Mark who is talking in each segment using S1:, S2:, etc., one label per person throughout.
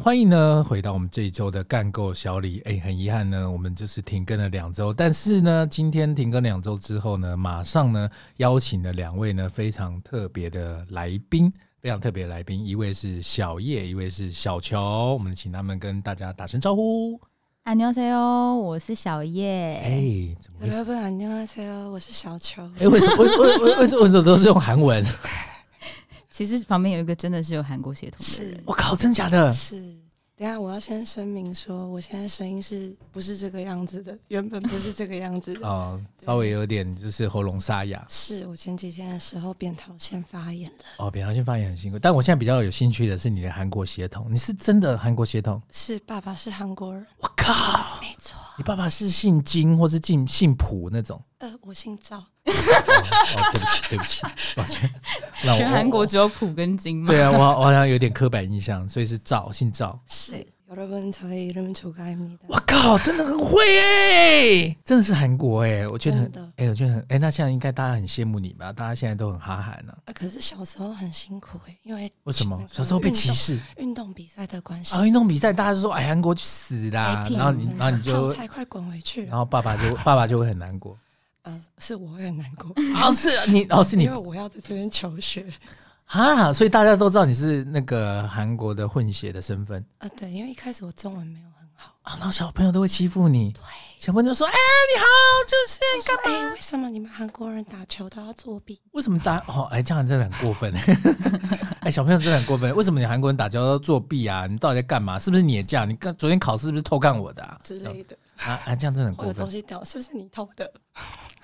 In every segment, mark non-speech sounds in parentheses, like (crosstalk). S1: 欢迎呢，回到我们这一周的干够小李。哎，很遗憾呢，我们就是停更了两周，但是呢，今天停更两周之后呢，马上呢邀请了两位呢非常特别的来宾，非常特别的来宾，一位是小叶，一位是小乔，我们请他们跟大家打声招呼。
S2: 안녕하세요，我是小叶。
S1: 哎，怎么
S3: 여
S1: 会是？
S3: 러분안녕하세요，我是小球。
S1: 哎，为什么？为为为为什么为什么都是用韩文？
S2: 其实旁边有一个真的是有韩国血统的人
S3: 是，
S1: 我靠，真假的？
S3: 是，等一下我要先声明说，我现在声音是不是这个样子的？原本不是这个样
S1: (laughs)
S3: 子的。
S1: 啊、稍微有点就是喉咙沙哑
S3: 是我前几天的时候扁桃腺发炎了。
S1: 哦，扁桃腺发炎很辛苦。但我现在比较有兴趣的是你的韩国血统，你是真的韩国血统？
S3: 是，爸爸是韩国人，
S1: 我靠，
S3: 没错。
S1: 你爸爸是姓金或是姓姓朴那
S3: (laughs)
S1: 种？
S3: 呃，我姓赵，
S1: 哦，对不起，对不起，抱歉，让我
S2: 全韩国只有普跟金吗？
S1: 对啊，我好我好像有点刻板印象，所以是赵，姓赵。
S3: 是。여러분저희이름은조가입니다。
S1: 我靠，真的很会耶、真的是韩国哎、我觉得很
S3: 真的
S1: 哎、我觉得很哎、那现在应该大家很羡慕你吧？大家现在都很哈韩呢、啊，
S3: 呃，可是小时候很辛苦哎、因为
S1: 为什么
S3: 那？个
S1: 小时候被
S3: 运动
S1: 歧视？
S3: 运动比赛的关系
S1: 啊，，运动比赛大家就说哎，韩国去死啦，
S2: 没品
S1: 然后你
S3: 真的
S1: 然后你就
S3: 泡，菜快滚回去
S1: 然！后爸爸就爸爸就会很难过。
S3: (laughs) 呃，是我会很难过，
S1: 哦，是你哦，是你
S3: 因为我要在这边
S1: (laughs)
S3: 求学。
S1: 啊，所以大家都知道你是那个韩国的混血的身份
S3: 啊，对，因为一开始我中文没有很好，
S1: 啊，然后小朋友都会欺负你，小朋友就说哎，你好，就是
S3: 说哎、为什么你们韩国人打球都要作弊？
S1: 为什么打哦，哎，这样真的很过分， (laughs) 哎，小朋友真的很过分，为什么你韩国人打交道要作弊啊？你到底在干嘛？是不是你也这样？你刚昨天考试是不是偷看我的
S3: (laughs)
S1: 啊？
S3: 之类的，
S1: 啊啊，这样真的很
S3: 我
S1: 过
S3: 有东
S1: 分
S3: 西掉，是不是你偷的？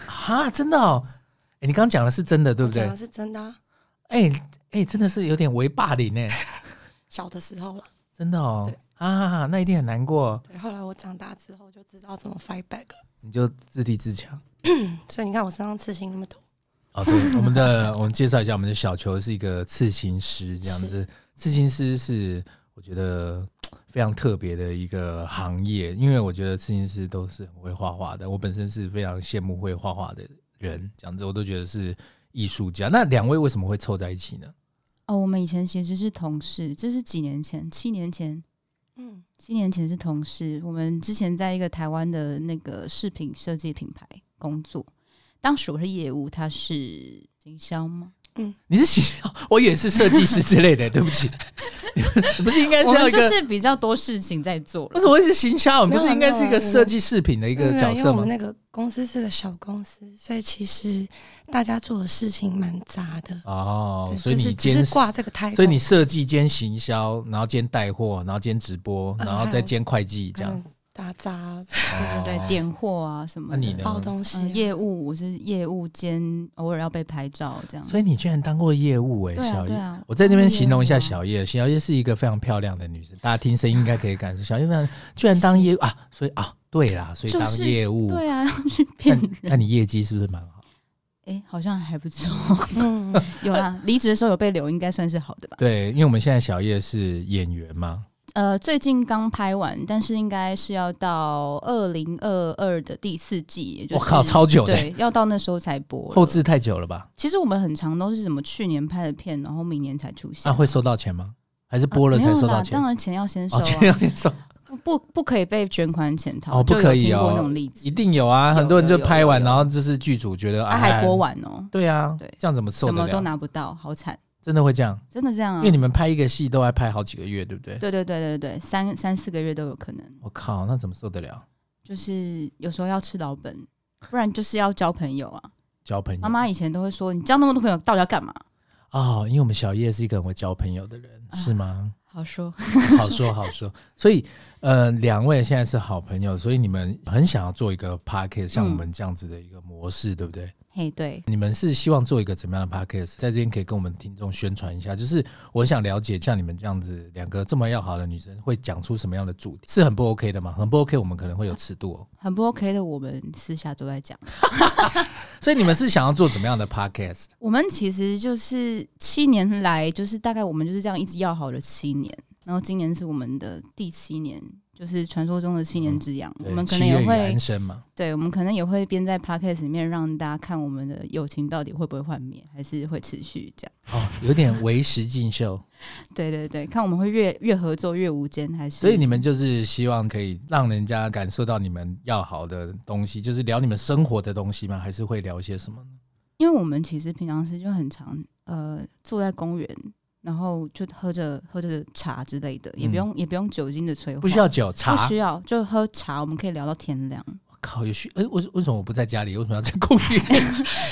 S1: 啊，真的哦，哎，你刚刚讲的是真的对
S3: 我
S1: 不对
S3: 讲？的是真的、啊，
S1: 哎、哎、真的是有点为霸凌哎、
S3: 小的时候了。
S1: 真的哦
S3: 对
S1: 啊，那一定很难过，
S3: 对，后来我长大之后就知道怎么 fight back 了。
S1: 你就自立自强。
S3: 所以你看我身上刺青那么多，
S1: 哦，对，我们的我们介绍一下，我们的小球是一个刺青师，这样子，刺青师是我觉得非常特别的一个行业，因为我觉得刺青师都是很会画画的，我本身是非常羡慕会画画的人，这样子我都觉得是艺术家。那两位为什么会凑在一起呢？
S2: 哦，我们以前其实是同事，这是几年前，七年前，
S3: 嗯，
S2: 七年前是同事。我们之前在一个台湾的那个饰品设计品牌工作，当时我是业务，他是经销吗？
S1: 你是喜，我以为是设计师之类的，对 (laughs) 不起，你们不是应该是
S2: 我
S1: 要
S2: 们
S1: 一个
S2: 就是比较多事情在做
S1: 为
S2: 了
S1: 什。么会是行销？我们不是
S3: 没有啊
S1: 应该是一
S3: 没有
S1: 个
S3: 啊
S1: 设计饰品的一
S3: 一
S1: 个角
S3: 因为
S1: 色
S3: 我
S1: 吗
S3: 们？那个公司是个小公司，所以其实大家做的事情蛮杂的。
S1: 哦
S3: 对，
S1: 所以
S3: 就
S1: 你
S3: 是只
S1: 兼
S3: 是挂这个 title，
S1: 所以你设计兼行销，然后兼带货，然后兼直播，
S3: 嗯
S1: 然后再兼会计这
S3: 可
S1: 样
S3: 能。打杂、
S1: 哦
S2: 嗯对对对，点货啊什么的。
S1: 那你呢
S3: 包东西啊、
S2: 嗯，
S3: (laughs)
S2: 业务我是业务兼，偶尔要被拍照这样。
S1: 所以你居然当过业务哎、
S2: 对啊
S1: 小
S2: 对
S1: 叶。
S2: 啊，
S1: 我在那边
S2: 当业务
S1: 形容一下
S2: 啊
S1: 小叶，小叶是一个非常漂亮的女生，大家听声音应该可以感受。小叶非常居然当业务啊，所以啊，对啦，所以
S2: 嗯就
S1: 当
S2: 是
S1: 业务，
S2: 对啊，要 (laughs) 去骗人。
S1: 那你业绩是不是蛮好？
S2: 哎、好像还不错。 (laughs)
S3: 嗯，
S2: 有啊，离职的时候有被留，应该算是好的吧。
S1: 对，因为我们现在小叶是演员嘛，
S2: 呃，最近刚拍完，但是应该是要到二零二二的第四季，也就
S1: 我
S2: 是
S1: 靠，超久的，欸
S2: 对，要到那时候才播了
S1: 后。置太久了吧？
S2: 其实我们很长都是什么去年拍的片，然后明年才出现。
S1: 那啊会收到钱吗？还是播了才
S2: 啊没有
S1: 收到
S2: 啦
S1: 钱？
S2: 当然钱要先收
S1: 哦，
S2: 啊，
S1: 这样收。
S2: 不不不可以被卷款潜逃，
S1: 哦不
S2: 就
S1: 可
S2: 有
S1: 以
S2: 听过
S1: 哦
S2: 那种例子
S1: 一。定有啊，
S2: 有
S1: 很多人就
S2: 有有
S1: 拍完，
S2: 有
S1: 然后就是剧组觉得
S2: 他
S1: 啊
S2: 还播，完哦，
S1: 对啊，
S2: 对
S1: 这样怎么受
S2: 什
S1: 得
S2: 么都
S1: 了？
S2: 拿不到，好惨，
S1: 真的会这样，
S2: 真的这样啊？
S1: 因为你们拍一个戏都要拍好几个月，对不对？
S2: 对对对对对，三三四个月都有可能，
S1: 我靠，那怎么受得了？
S2: 就是有时候要吃老本，不然就是要交朋友啊。
S1: 交朋友，
S2: 妈妈以前都会说，你交那么多朋友到底要干嘛？
S1: 哦，因为我们小叶是一个很会交朋友的人，
S2: 啊
S1: 是吗？
S2: 好说，
S1: 好说
S2: (laughs)
S1: 好说。所以，呃，两位现在是好朋友，所以你们很想要做一个 p a c k a t 像
S2: 嗯
S1: 我们这样子的一个模式，对不对？
S2: 嘿，对，
S1: 你们是希望做一个怎么样的 podcast？在这边可以跟我们听众宣传一下，就是我想了解像你们这样子两个这么要好的女生会讲出什么样的主题，是很不 OK 的嘛？很不 OK，我们可能会有尺度、哦。
S2: 很不 OK 的，我们私下都在讲。
S1: 所以你们是想要做怎么样的 podcast？
S2: 我们其实就是七年来，就是大概我们就是这样一直要好了七年，然后今年是我们的第七年就是传说中的七年之痒，
S1: 对
S2: 我们可
S1: 七
S2: 能也
S1: 月与
S2: 会
S1: 安生嘛，
S2: 对，我们可能也会编在 podcast 里面让大家看我们的友情到底会不会幻灭，还是会持续这样。
S1: 哦，有点为时进
S2: (laughs)
S1: 秀，
S2: 对对对，看我们会越越合作越无间，还是
S1: 所以你们就是希望可以让人家感受到你们要好的东西，就是聊你们生活的东西吗？还是会聊些什么呢？
S2: 因为我们其实平常时就很常呃坐在公园，然后就喝着喝着茶之类的，也不用、也不用酒精的催化，
S1: 嗯不需要酒，
S2: 不
S1: 茶
S2: 需。要就喝茶，我们可以聊到天亮，
S1: 靠，有需哎，为、为什么我不在家里？为什么要在公园？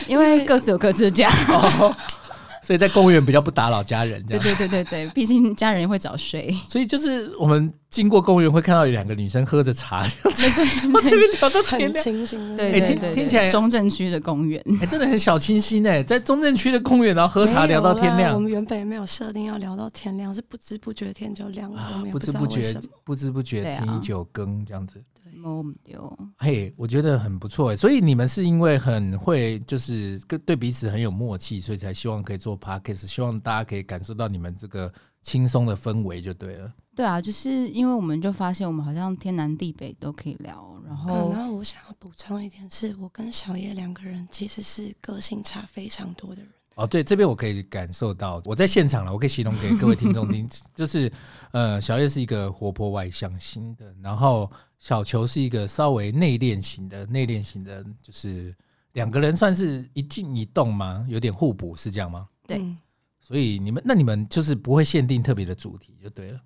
S2: 因为各自有各自
S1: (laughs)
S2: 的家。
S1: 哦， (laughs) 所以在公园比较不打扰家人，这
S2: 对
S1: 样。
S2: 对对对对，毕竟家人会早睡。
S1: 所以就是我们经过公园会看到有两个女生喝着茶，这样子。 (laughs) 我这边聊到天
S3: 很
S1: 亮，
S3: 清醒的。
S2: 对
S1: 哎
S2: 对
S1: 听
S2: 对，
S1: 听
S2: 对
S1: 起来
S2: 中正区的公园，
S1: 哎、真的很小清新哎、在中正区的公园，然后喝茶聊到天
S3: 没有啦我
S1: 亮，
S3: 们原本也没有设定要聊到天亮，是不知不觉天就亮了，
S2: 啊
S3: 我们也
S1: 不
S3: 知
S1: 知
S3: 道
S1: 不
S3: 为
S1: 觉
S3: 什么。，
S1: 不知不
S2: 对
S1: 觉
S2: 啊
S1: 听酒更这样子。
S2: 我们有
S1: 嘿、我觉得很不错哎、所以你们是因为很会，就是跟对彼此很有默契，所以才希望可以做 podcast，希望大家可以感受到你们这个轻松的氛围就对了。
S2: 对啊，就是因为我们就发现我们好像天南地北都可以聊，然
S3: 嗯，
S2: 后
S3: 然后我想要补充一点是，我跟小叶两个人其实是个性差非常多的人。
S1: 哦，对，这边我可以感受到，我在现场了，我可以形容给各位听众听，就是呃，小叶是一个活泼外向型的，然后小球是一个稍微内敛型的，内敛型的，就是两个人算是一静一动吗？有点互补，是这样吗？
S2: 对
S3: 嗯
S1: 所以你们那你们就是不会限定特别的主题就对了。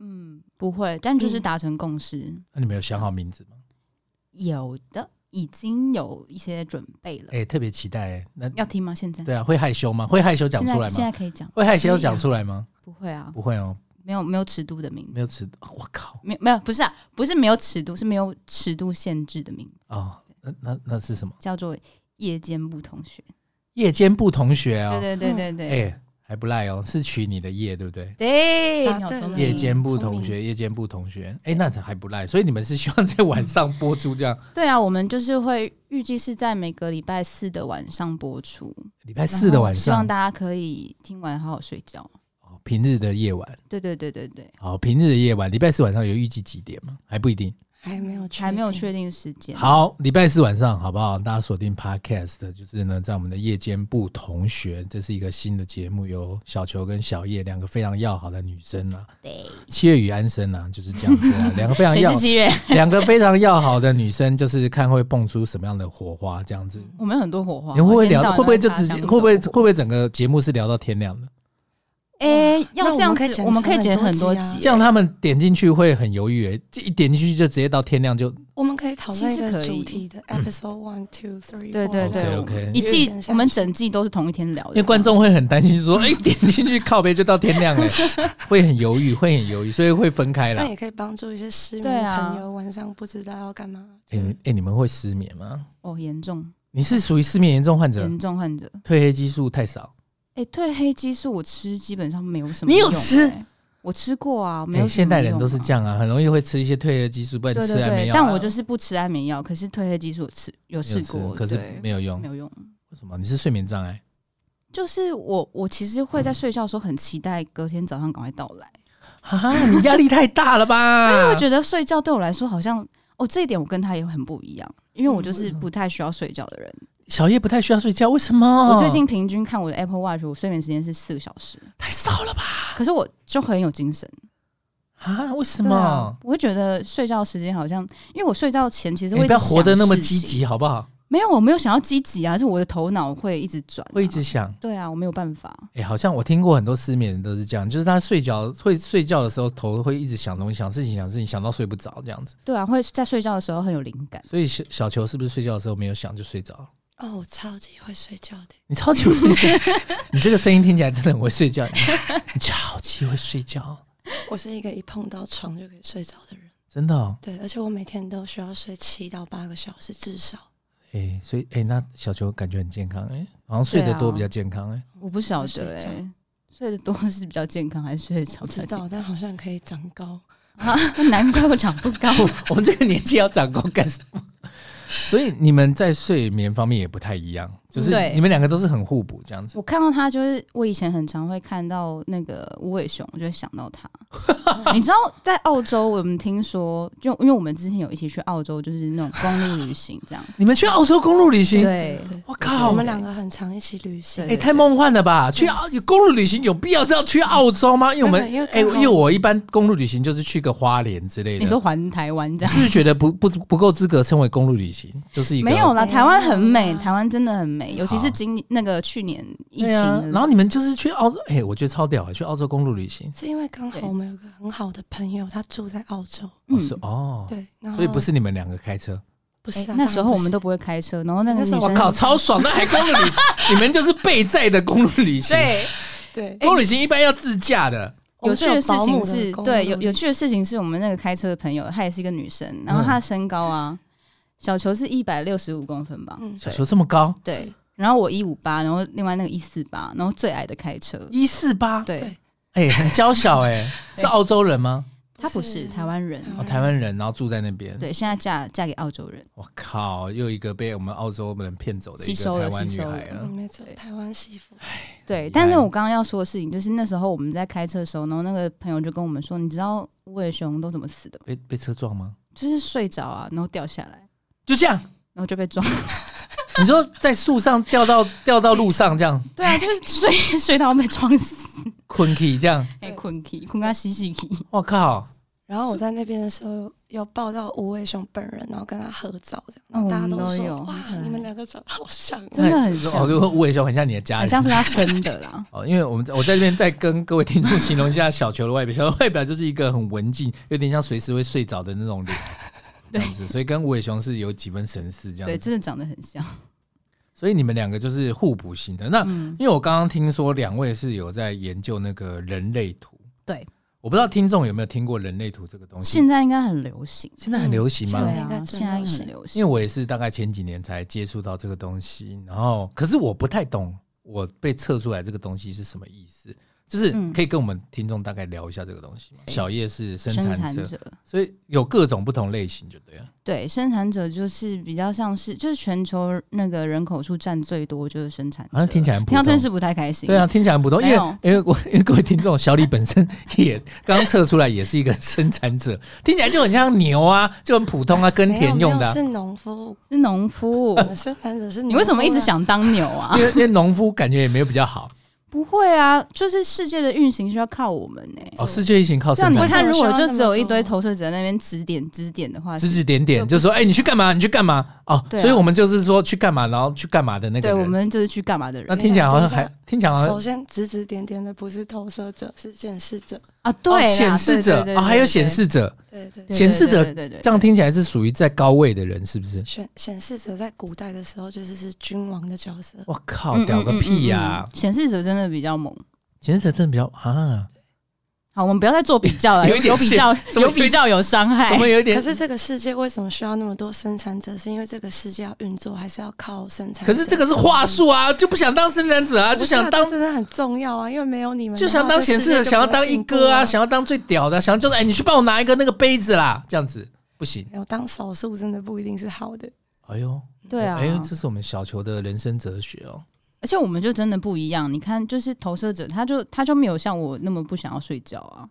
S2: 嗯不会，但就是
S3: 嗯
S2: 达成共识，
S1: 那你们有想好名字吗？
S2: 有的已经有一些准备了。
S1: 哎、特别期待、欸。那
S2: 要听吗？现在
S1: 对啊，会害羞吗？会害羞讲
S2: 现
S1: 出
S2: 在
S1: 来
S2: 现
S1: 吗？
S2: 在可以讲，
S1: 会害羞讲出来吗？
S2: 不会啊，
S1: 不会哦，
S2: 没有没有尺度的名字，
S1: 没有尺度。哦我、靠
S2: 没有没有不是啊，不是没有尺度，是没有尺度限制的名字，
S1: 哦，那那那是什么？
S2: 叫做夜间部同学。
S1: 夜间部同学哦，
S2: 对对对对
S1: 哎、
S2: 对，
S1: 还不赖哦，是取你的夜对不对？
S2: 对，
S3: 啊
S2: 你好嗯聪
S3: 对
S2: 明
S1: 夜间部
S3: 聪
S1: 同
S3: 明
S1: 学，夜间部同学，哎、那还不赖。所以你们是希望在晚上播出这样，
S2: 对啊，我们就是会预计是在每个礼拜四的晚上播出，
S1: 礼拜四的晚
S2: 希望
S1: 上，
S2: 大家可以听完好好睡觉。
S1: 哦平日的夜晚，
S2: 对对对对对，
S1: 好，平日的夜晚，礼拜四晚上有预计几点吗？还不一定。
S3: 还没有，
S2: 嗯还没有。确定时间。，
S1: 好，礼拜四晚上好不好？大家锁定 Podcast，就是呢，在我们的夜间部同学，这是一个新的节目，有小球跟小叶两个非常要好的女生啊，
S2: 对，
S1: 七月与安生啊，就是这样子啊，两个非
S2: (laughs)
S1: 常
S2: 谁
S1: 要
S2: 是，七月？
S1: 两个非常要好的女生，就是看会蹦出什么样的火花，这样子。
S2: 我们有很多火花，
S1: 哎你们会不会
S2: 一天
S1: 聊到？
S2: 到晚
S1: 会不会就
S2: 在
S1: 直接？会
S2: 发想
S1: 不会
S2: 这
S1: 会
S2: 种
S1: 不会整个节目是聊到天亮的？
S2: 哎、要
S3: 那
S2: 这样
S3: 我们可以
S2: 子，
S3: 剪
S2: 我们可以
S3: 成
S2: 剪
S3: 很
S2: 很
S3: 多
S2: 多
S3: 集啊
S2: 集，
S1: 这样他们点进去会很犹豫、欸，这一点进去就直接到天亮就
S3: 我们可以讨论一
S2: 其实可
S3: 个
S2: 以
S3: 主
S2: (laughs)
S3: 题的 episode one two three。
S2: 对对对
S1: OK，OK
S2: 一季
S3: 剪下去
S2: 我们整季都是同一天聊的，
S1: 因为观众会很担心说，哎、点进去靠背就到天
S2: (laughs)
S1: 亮了、会很犹豫，会很犹豫，所以会分开啦。
S3: 那
S1: 哎、
S3: 也可以帮助一些失
S2: 啊对
S3: 眠的
S2: 啊
S3: 朋友晚上不知道要干嘛。就
S1: 你哎你们会失眠吗？
S2: 哦，严重
S1: 你是属于失眠严重患者，
S2: 严重患者。
S1: 褪黑激素太少。
S2: 哎、褪黑激素我吃基本上没有什么、
S1: 你
S2: 用
S1: 有吃
S2: 哎我吃过啊，没
S1: 哎、
S2: 有、
S1: 现代人都是这
S2: 样。
S1: 样啊，很容易会吃一些褪黑激素，不然
S2: 对
S1: 吃
S2: 对
S1: 安眠
S2: 对，
S1: 药啊、
S2: 但我就是不吃安眠药，可是褪黑激素我吃有
S1: 没有
S2: 试
S1: 吃
S2: 过，
S1: 可是
S2: 对
S1: 没有用。
S2: 没有用。
S1: 为什么？你是睡眠障碍？
S2: 就是我我其实会在
S1: 嗯
S2: 睡觉的时候很期待隔天早上赶快到来，
S1: 啊，你压力太大了 (laughs)
S2: 因为
S1: 吧
S2: 我？觉得睡觉对我来说好像哦，这一点我跟他也很不一样，嗯因为我就是不太需要睡觉的人。
S1: 小叶不太需要睡觉，为什么？
S2: 我最近平均看我的 Apple Watch，我睡眠时间是四个小时，
S1: 太少了吧？
S2: 可是我就很有精神。
S1: 啊，为什
S2: 对
S1: 么？
S2: 啊，我会觉得睡觉时间好像，因为我睡觉前其实
S1: 你
S2: 会一
S1: 哎不要
S2: 直
S1: 活得
S2: 想
S1: 那么
S2: 事
S1: 积
S2: 情，
S1: 极，好不好？
S2: 没有，我没有想要积极啊，是我的头脑会一直转、
S1: 我一直。想，
S2: 对啊，我没有办法。
S1: 哎、好像我听过很多失眠人都是这样，就是他睡觉会睡觉的时候头会一直想东西、想事情、想事情，想到睡不着这样子。
S2: 对啊，会在睡觉的时候很有灵感。
S1: 所以小小球是不是睡觉的时候没有想就睡着了？
S3: 哦，我超级会睡觉的。
S1: 你超级会睡觉，你这个声音听起来真的很会睡觉，你 (laughs) 超级会睡觉，
S3: 我是一个一碰到床就可以睡着的人，
S1: 真的、哦。
S3: 对，而且我每天都需要睡七到八个小时至少。
S1: 哎、所以哎、那小球感觉很健康哎、好像睡得多
S2: 对啊
S1: 比较健
S2: (laughs)
S1: 康哎、
S2: 我不晓
S3: 睡
S2: 得哎、
S3: 着
S2: 睡得多是比较健康，还是睡得少
S3: 我
S2: 比较
S3: 知
S2: 健
S3: 道
S2: 康？，
S3: 但好像可以长高。
S2: 啊，难怪我长不
S1: (laughs)
S2: 高。
S1: 我 (laughs) 们这个年纪要长高干什么？所以你们在睡眠方面也不太一样，就是
S2: 对
S1: 你们两个都是很互补这样子
S2: 我。看到他，就是我以前很常会看到那个无尾熊，我就会想到
S1: (laughs)
S2: 他。你知道，在澳洲，我们听说，就因为我们之前有一起去澳洲，就是那种公路旅行这样。
S1: 你们去澳洲公路旅行，
S2: 对哦
S3: 对，
S1: 我靠
S3: 我们两个很常一起旅行
S1: 哎、
S2: 对。
S1: 太梦幻了吧！
S2: 嗯
S1: 去澳公路旅行有必要这样去澳洲吗？因为我们
S3: 没有因为
S1: 哎、
S3: 刚好
S1: 因为我一般公路旅行就是去个花莲之类的。
S2: 你说环台湾这样？
S1: 是不是觉得不不不够资格称为公路旅行？就是一个
S2: 没有啊啦，
S3: 没有啦
S2: 台湾很美，台湾真的很美，尤其
S1: 好
S2: 是今那个去年疫情
S1: 对啊
S2: 的。。嗯
S1: 然后你们就是去澳洲，哎、我觉得超屌、欸，去澳洲公路旅行。
S3: 是因为刚好
S2: 对
S3: 我们有个很好的朋友，他住在澳洲，
S1: 我
S2: 嗯
S1: 说哦，
S3: 对，然后
S1: 所以不是你们两个开车，
S3: 不
S2: 哎
S3: 是啊
S2: 那时候我们都
S3: 当然
S2: 不会开车，然后那个
S3: 那
S2: 女
S3: 时候
S2: 生
S3: 我
S1: 靠，超爽！那还公路旅行，
S2: (laughs)
S1: 你们就是备载的公路旅行。，
S2: 对，哎
S3: 不是对，
S1: 公路旅行一般要自驾的。
S3: 我
S2: 有
S3: 们
S2: 趣的
S3: 有
S2: 事
S3: 保姆
S2: 情
S3: 的
S2: 是，
S3: 公路
S2: 对有
S3: 旅
S2: 有
S3: 行
S2: 趣的事情是我们那个开车的朋友，她也是一个女生，然后她的身高
S1: 嗯
S2: 啊，小球是一百六十五公分吧，
S3: 嗯
S1: 小球这么高，
S2: 对，然后我一五八，然后另外那个一四八，然后最矮的开车，
S1: 一四八，
S2: 对
S3: 对，
S1: 哎，很娇小哎、
S2: (laughs)
S1: 是澳洲人吗？
S2: 她不是台湾人，
S1: 哦，台湾人，然后住在那边。，
S2: 嗯对，现在嫁嫁给澳洲人，
S1: 我靠，又一个被我们澳洲人骗走的一个
S2: 吸收了
S1: 台湾女孩
S2: 吸收
S1: 了
S3: 嗯，。没错
S2: 对，
S3: 台湾媳妇，
S2: 对
S1: 厉。
S2: 但是
S1: 害
S2: 我刚刚要说的事情就是那时候我们在开车的时候，然后那个朋友就跟我们说，你知道无尾熊都怎么死的吗？
S1: 被被车撞吗？
S2: 就是睡着啊，然后掉下来，
S1: 就这样，
S2: 然后就被撞。
S1: 你说在树上掉到 (laughs) 掉到路上这样，
S2: (laughs) 对啊，就是睡 (laughs) 睡到被撞死，
S1: 困 key 这样，
S2: 哎，困起困到洗洗起。
S1: 我靠，
S3: 然后我在那边的时候有抱到吴伟雄本人，然后跟他合照，这样，
S2: 哦
S3: 然后大
S2: 我
S3: 家
S2: 们
S3: 都
S2: 都有
S3: 说哇
S2: 很可爱，
S3: 你们两个长得好像
S2: (laughs)
S3: 哦。
S2: (laughs) 真的很像
S1: 我跟吴伟雄很像你的家
S2: 很
S1: 人，。
S2: 像是他生的啦
S1: 哦，因为我们在我在这边再跟各位听众形容一下小球的外表，小球的外表就是一个很文静，有点像随时会睡着的那种脸，这
S2: 对
S1: 样子，所以跟吴伟雄是有几分神似这
S2: (laughs) 对，
S1: 样子，
S2: 真的长得很
S1: (laughs)
S2: 像。
S1: 所以你们两个就是互补型的。那、
S2: 嗯，
S1: 因为我刚刚听说两位是有在研究那个人类图，
S2: 对，
S1: 我不知道听众有没有听过人类图这个东西，
S2: 现在应该很流行，
S1: 现在很流行吗？
S3: 现
S2: 对
S3: 在应该
S2: 啊，
S3: 真
S2: 现在
S3: 流行
S2: 很流行。
S1: 因为我也是大概前几年才接触到这个东西，然后可是我不太懂我被测出来这个东西是什么意思，就是
S2: 嗯
S1: 可以跟我们听众大概聊一下这个东西吗？小叶是生
S2: 生产
S1: 产者，
S2: 者，
S1: 所以有各种不同类型就对了。
S2: 对，生产者就是比较像是，就是全球那个人口数占最多就是生产者。
S1: 好像听起来很普
S2: 听到这件
S1: 通。
S2: 事不太开心。
S1: 对啊，，听起来很普通，因
S2: 没
S1: 为
S2: 有
S1: 因为我因为各位听众，小李本身也刚测出来也是一个生产者，听起来就很像牛啊，就很普通啊，耕
S3: 没有
S1: 田
S3: 没
S1: 用的
S3: 有
S1: 啊、
S3: 是农夫，
S2: 是农夫 (laughs)
S3: 我。们生产者是农
S2: 你
S3: 夫啊
S2: 为什么一直？想当牛啊？
S1: 因为因为农夫感觉也没有比较好
S2: (laughs) 不会啊，就是世界的运行需要靠我们呢、
S1: 哦，世界疫情靠
S2: 这样
S1: 生
S2: 啊你
S1: 产者
S2: 看，如果就只有一
S3: 为
S2: 堆
S3: 什么需要那么多
S2: 投射者在那边指点指点的话，
S1: 指指点点，就说：“哎、你去干嘛？你去干嘛？”哦，
S2: 对啊
S1: 所以我们就是说去干嘛，然后去干嘛的那个
S2: 对
S1: 人。啊
S2: 我们就是去干嘛的
S1: 那
S2: 人
S1: 听起来好像
S3: 等一下
S1: 还听起来好像哦
S3: 首先指指点点的不是投射者，是显示者。
S2: 啊？对啦，
S1: 哦显示者
S2: 对对对
S1: 哦，还有
S2: 对对
S1: 显示者，
S3: 对对，
S2: 对
S1: 显示者
S2: 对对对对对
S1: 这样听起来是属于在高位的人，是不是？
S3: 显显示者在古代的时候就是是君王的角色，
S1: 我靠，
S2: 嗯
S1: 屌个屁呀、！
S2: 嗯嗯嗯嗯显示者真的比较猛。
S1: 显示者真的比较啊，
S2: 好，我们不要再做比较
S1: (laughs)
S2: 了，
S1: 有
S2: 有
S1: 一点
S2: 有比较
S1: 怎么
S2: (laughs) 有
S1: 有一点
S2: 比较有伤害
S1: 怎。么有点
S3: 可？是这个世界为什么需要那么多生产者？是因为这个世界要运作，还是要靠生产者？
S1: 可是这个是话术啊，就不想当生产者啊，
S3: 我
S1: 就
S3: 知道，
S1: 想当
S3: 这真的很重要啊，因为没有你们的话，
S1: 就想当显示者，
S3: 这个世界
S1: 想要
S3: 就不
S1: 当
S3: 会
S1: 一
S3: 进步
S1: 哥啊，
S3: 啊，
S1: 想要当最屌的，想要就是哎、你去帮我拿一个那个杯子啦，这样子不行。
S3: 没有当少数真的不一定是好的。
S1: 哎呦，
S2: 对啊，
S1: 哎呦，这是我们小球的人生哲学哦。
S2: 而且我们就真的不一样。你看，就是投射者，他就他就没有像我那么不想要睡觉啊。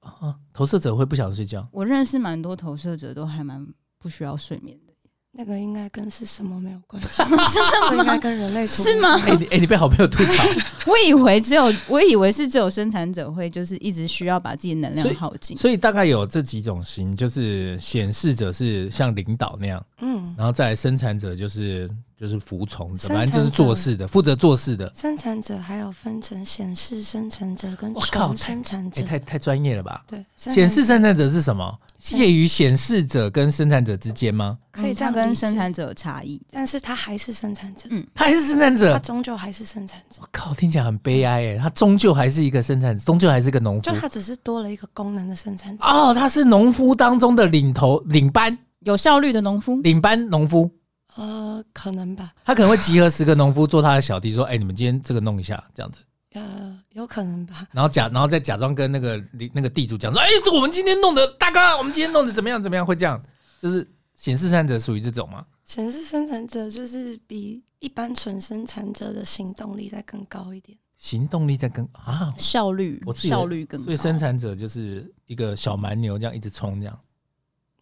S1: 啊，投射者会不想睡觉。 (laughs)
S2: 我认识蛮多投射者，都还蛮不需要睡眠的。 (laughs)
S3: 那个应该跟是什么没有关系，这
S2: 真
S3: (laughs) 应
S2: 的
S3: 该
S2: 吗？
S3: 跟
S2: (laughs)
S3: 人类图
S2: 是？吗？
S1: 哎、你哎、你被好朋友吐
S3: (laughs)
S1: 槽，
S2: 我以为只有我以为是只有生产者会就是一直需要把自己能
S1: 所
S2: 量
S1: 以
S2: 耗
S3: 嗯
S2: 尽。
S1: 所以大概有这几种型，就是显示者是像领导那样，
S3: 嗯，
S1: 然后再来生产者就是就是服从者，
S3: 生产
S1: 反正就是做事的，负责做事的。哎
S3: 生产者还有分成显示生产者跟
S1: 我靠
S3: 纯生产
S1: 哎、
S3: 者。
S1: 太太专业了吧？
S3: 对，生产
S1: 显示生产者是什么？介于显示者跟生产者之间吗？
S3: 可以这
S2: 他
S3: 样
S2: 跟
S3: 理解
S2: 生产嗯者有差异。
S3: 但是他还是生产者，
S1: 他还是生产
S3: 他
S1: 者？
S3: 终究还是生产者，
S1: 我靠，听起来很悲哀哎，他终究还是一个生产者，终究还是个农夫
S3: 就。他只是多了一个功能的生产者。
S1: 哦，他是农夫当中的领头、领班、
S2: 有效率的农夫，
S1: 领班农夫。
S3: 呃，可能吧，
S1: 他可能会集合十个农夫做他的小弟，说：“哎、你们今天这个弄一下，这样子。
S3: 呃，有可能吧”。
S1: 然后假，然后再假装跟那个邻那个地主讲说：“哎、这我们今天弄的，大哥，我们今天弄的怎么样怎么样？”会这样，就是显示生产者属于这种吗？
S3: 显示生产者就是比一般纯生产者的行动力再更高一点。
S1: 行动力在跟啊，
S2: 效率
S1: 我自己的
S2: 效率更
S1: 所
S2: 高
S1: 以。生产者就是一个小蛮牛这样一直冲这样。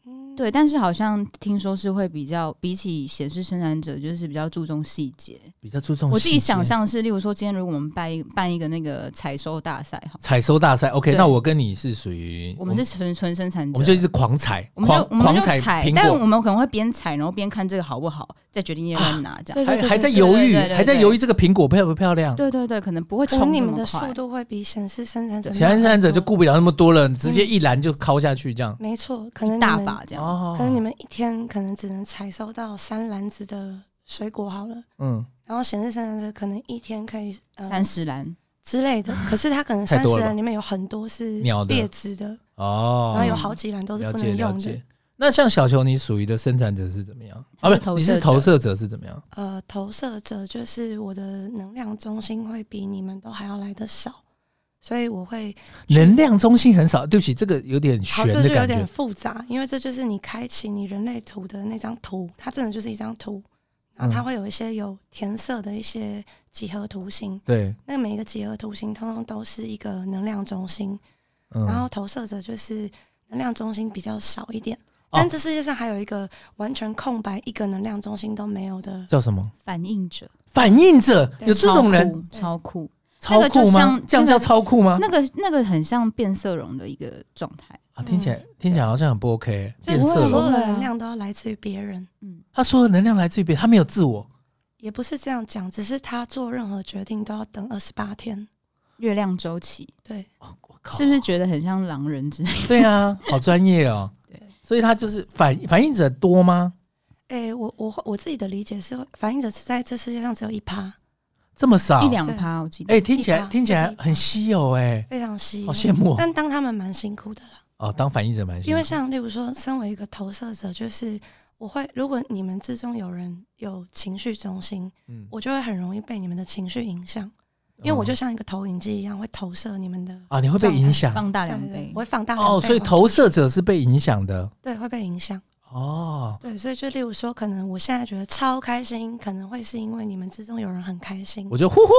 S3: 嗯，
S2: 对，但是好像听说是会比较比起显示生产者，就是比较注重细节。
S1: 比较注重
S2: 我自己
S1: 细节
S2: 想象是，例如说今天如果我们办一办一个那个采收大赛，哈，
S1: 采收大赛，OK，
S2: 对
S1: 那我跟你是属于
S2: 我们是纯纯生产
S1: 我
S2: 者，
S1: 们就一直狂采，
S2: 我们就
S1: 狂
S2: 我们
S1: 狂
S2: 就
S1: 采
S2: 采，
S1: 苹
S2: 但
S1: 果，
S2: 我们可能会边采，然后边看这个好不好，再决定要不要拿这样。
S3: 对对
S1: 还
S3: 对对
S1: 还在
S3: 对
S1: 犹豫，
S2: 对对对
S1: 还在犹豫这个苹果漂不漂亮。
S2: 对对对，可能不会
S3: 可能
S2: 冲
S3: 你
S2: 这
S3: 们
S2: 么
S3: 的速
S2: 快。
S3: 度会比显示生产者慢
S1: 显然生产者就
S3: 很多
S1: 顾不了那么多了，直接一拦就敲下去这样。
S3: 没错，可能你
S2: 大
S3: 们
S2: 把这样，
S1: 哦
S3: 可能你们一天可能只能采收到三篮子的水果好了，
S1: 嗯，
S3: 然后显示生产者可能一天可以呃
S2: 三十篮，
S3: 之类
S2: (laughs)
S3: 的，可是它可能
S1: 太
S3: 三
S1: 多
S3: 十
S1: 了吧
S3: 篮里面有很多是
S1: 鸟的
S3: 劣质的，
S1: 哦，
S3: 然后有好几篮都是
S1: 了
S3: 不
S1: 解
S3: 能
S1: 哦了
S3: 用的
S1: 解。。那像小球，你属于的生产者是怎么样？
S2: 他
S1: 啊，
S2: 是
S1: 不，
S2: 投
S1: 你
S2: 射
S1: 是
S2: 者
S1: 投射者是怎么样？
S3: 呃，投射者就是我的能量中心会比你们都还要来的少，所以我会
S1: 能量中心很少，对不起，这个有点
S3: 好，
S1: 悬的
S3: 这就有
S1: 感
S3: 点
S1: 觉。
S3: 复杂，因为这就是你开启你人类图的那张图，它真的就是一张图，然后它
S1: 嗯
S3: 会有一些有填色的一些几何图形，
S1: 对，
S3: 那每一个几何图形通通都是一个能量中心，
S1: 嗯，
S3: 然后投射者就是能量中心比较少一点，
S1: 哦
S3: 但这世界上还有一个完全空白，一个能量中心都没有的，
S1: 叫什么？
S2: 反应者，
S1: 反应者有这种人，啊
S2: 超酷，
S1: 超
S2: 那个
S1: 酷
S2: 就
S1: 吗？
S2: 像
S1: 这样
S2: 那
S1: 叫
S2: 个
S1: 超酷吗
S2: 超酷？那个那个很像变色龙的一个状态。
S1: 啊，听起来听起来好像很不 OK。
S3: 所以
S1: 变
S2: 不
S3: 所
S2: 会
S1: 色
S3: 有
S2: 说
S1: 龙，
S3: 的能量都要来自于别人。
S2: 嗯，
S1: 他所有能量来自于别人，他没有自我。
S3: 也不是这样讲，只是他做任何决定都要等二十八天。
S2: 月亮周期
S3: 对，
S1: 哦我靠，
S2: 是不是觉得很像狼人之类的？
S1: 对啊，好专业哦。
S2: 对，
S1: 所以他就是反反应者多吗？
S3: 诶，我我会我自己的理解是，反应者是在这世界上只有一趴，
S1: 这么少？
S2: (laughs) 一两趴，我记得。
S1: 哎，听起
S3: 一
S1: 来
S3: 趴
S1: 听起来很稀有哎，
S3: 非常稀有
S1: 好。羡慕哦
S3: 但当他们蛮辛苦的啦，
S1: 哦。当反应者蛮辛苦
S3: 因为像例如说，身为一个投射者，就是我会，如果你们之中有人有情绪中心，
S1: 嗯
S3: 我就会很容易被你们的情绪影响，因为我就
S1: 嗯
S3: 像一个投影机一样，会投射你们的
S1: 啊，你会被影响
S2: 放大
S3: 对
S2: 两
S3: 对对
S2: 倍
S3: 我，会放大两
S1: 哦，
S3: 倍
S1: 所以
S3: 回
S1: 投
S3: 去
S1: 射者是被影响的
S3: 对会被影响。
S1: 哦。
S3: 对，所以就例如说，可能我现在觉得超开心，可能会是因为你们之中有人很开心，
S1: 我就呼
S3: 嗯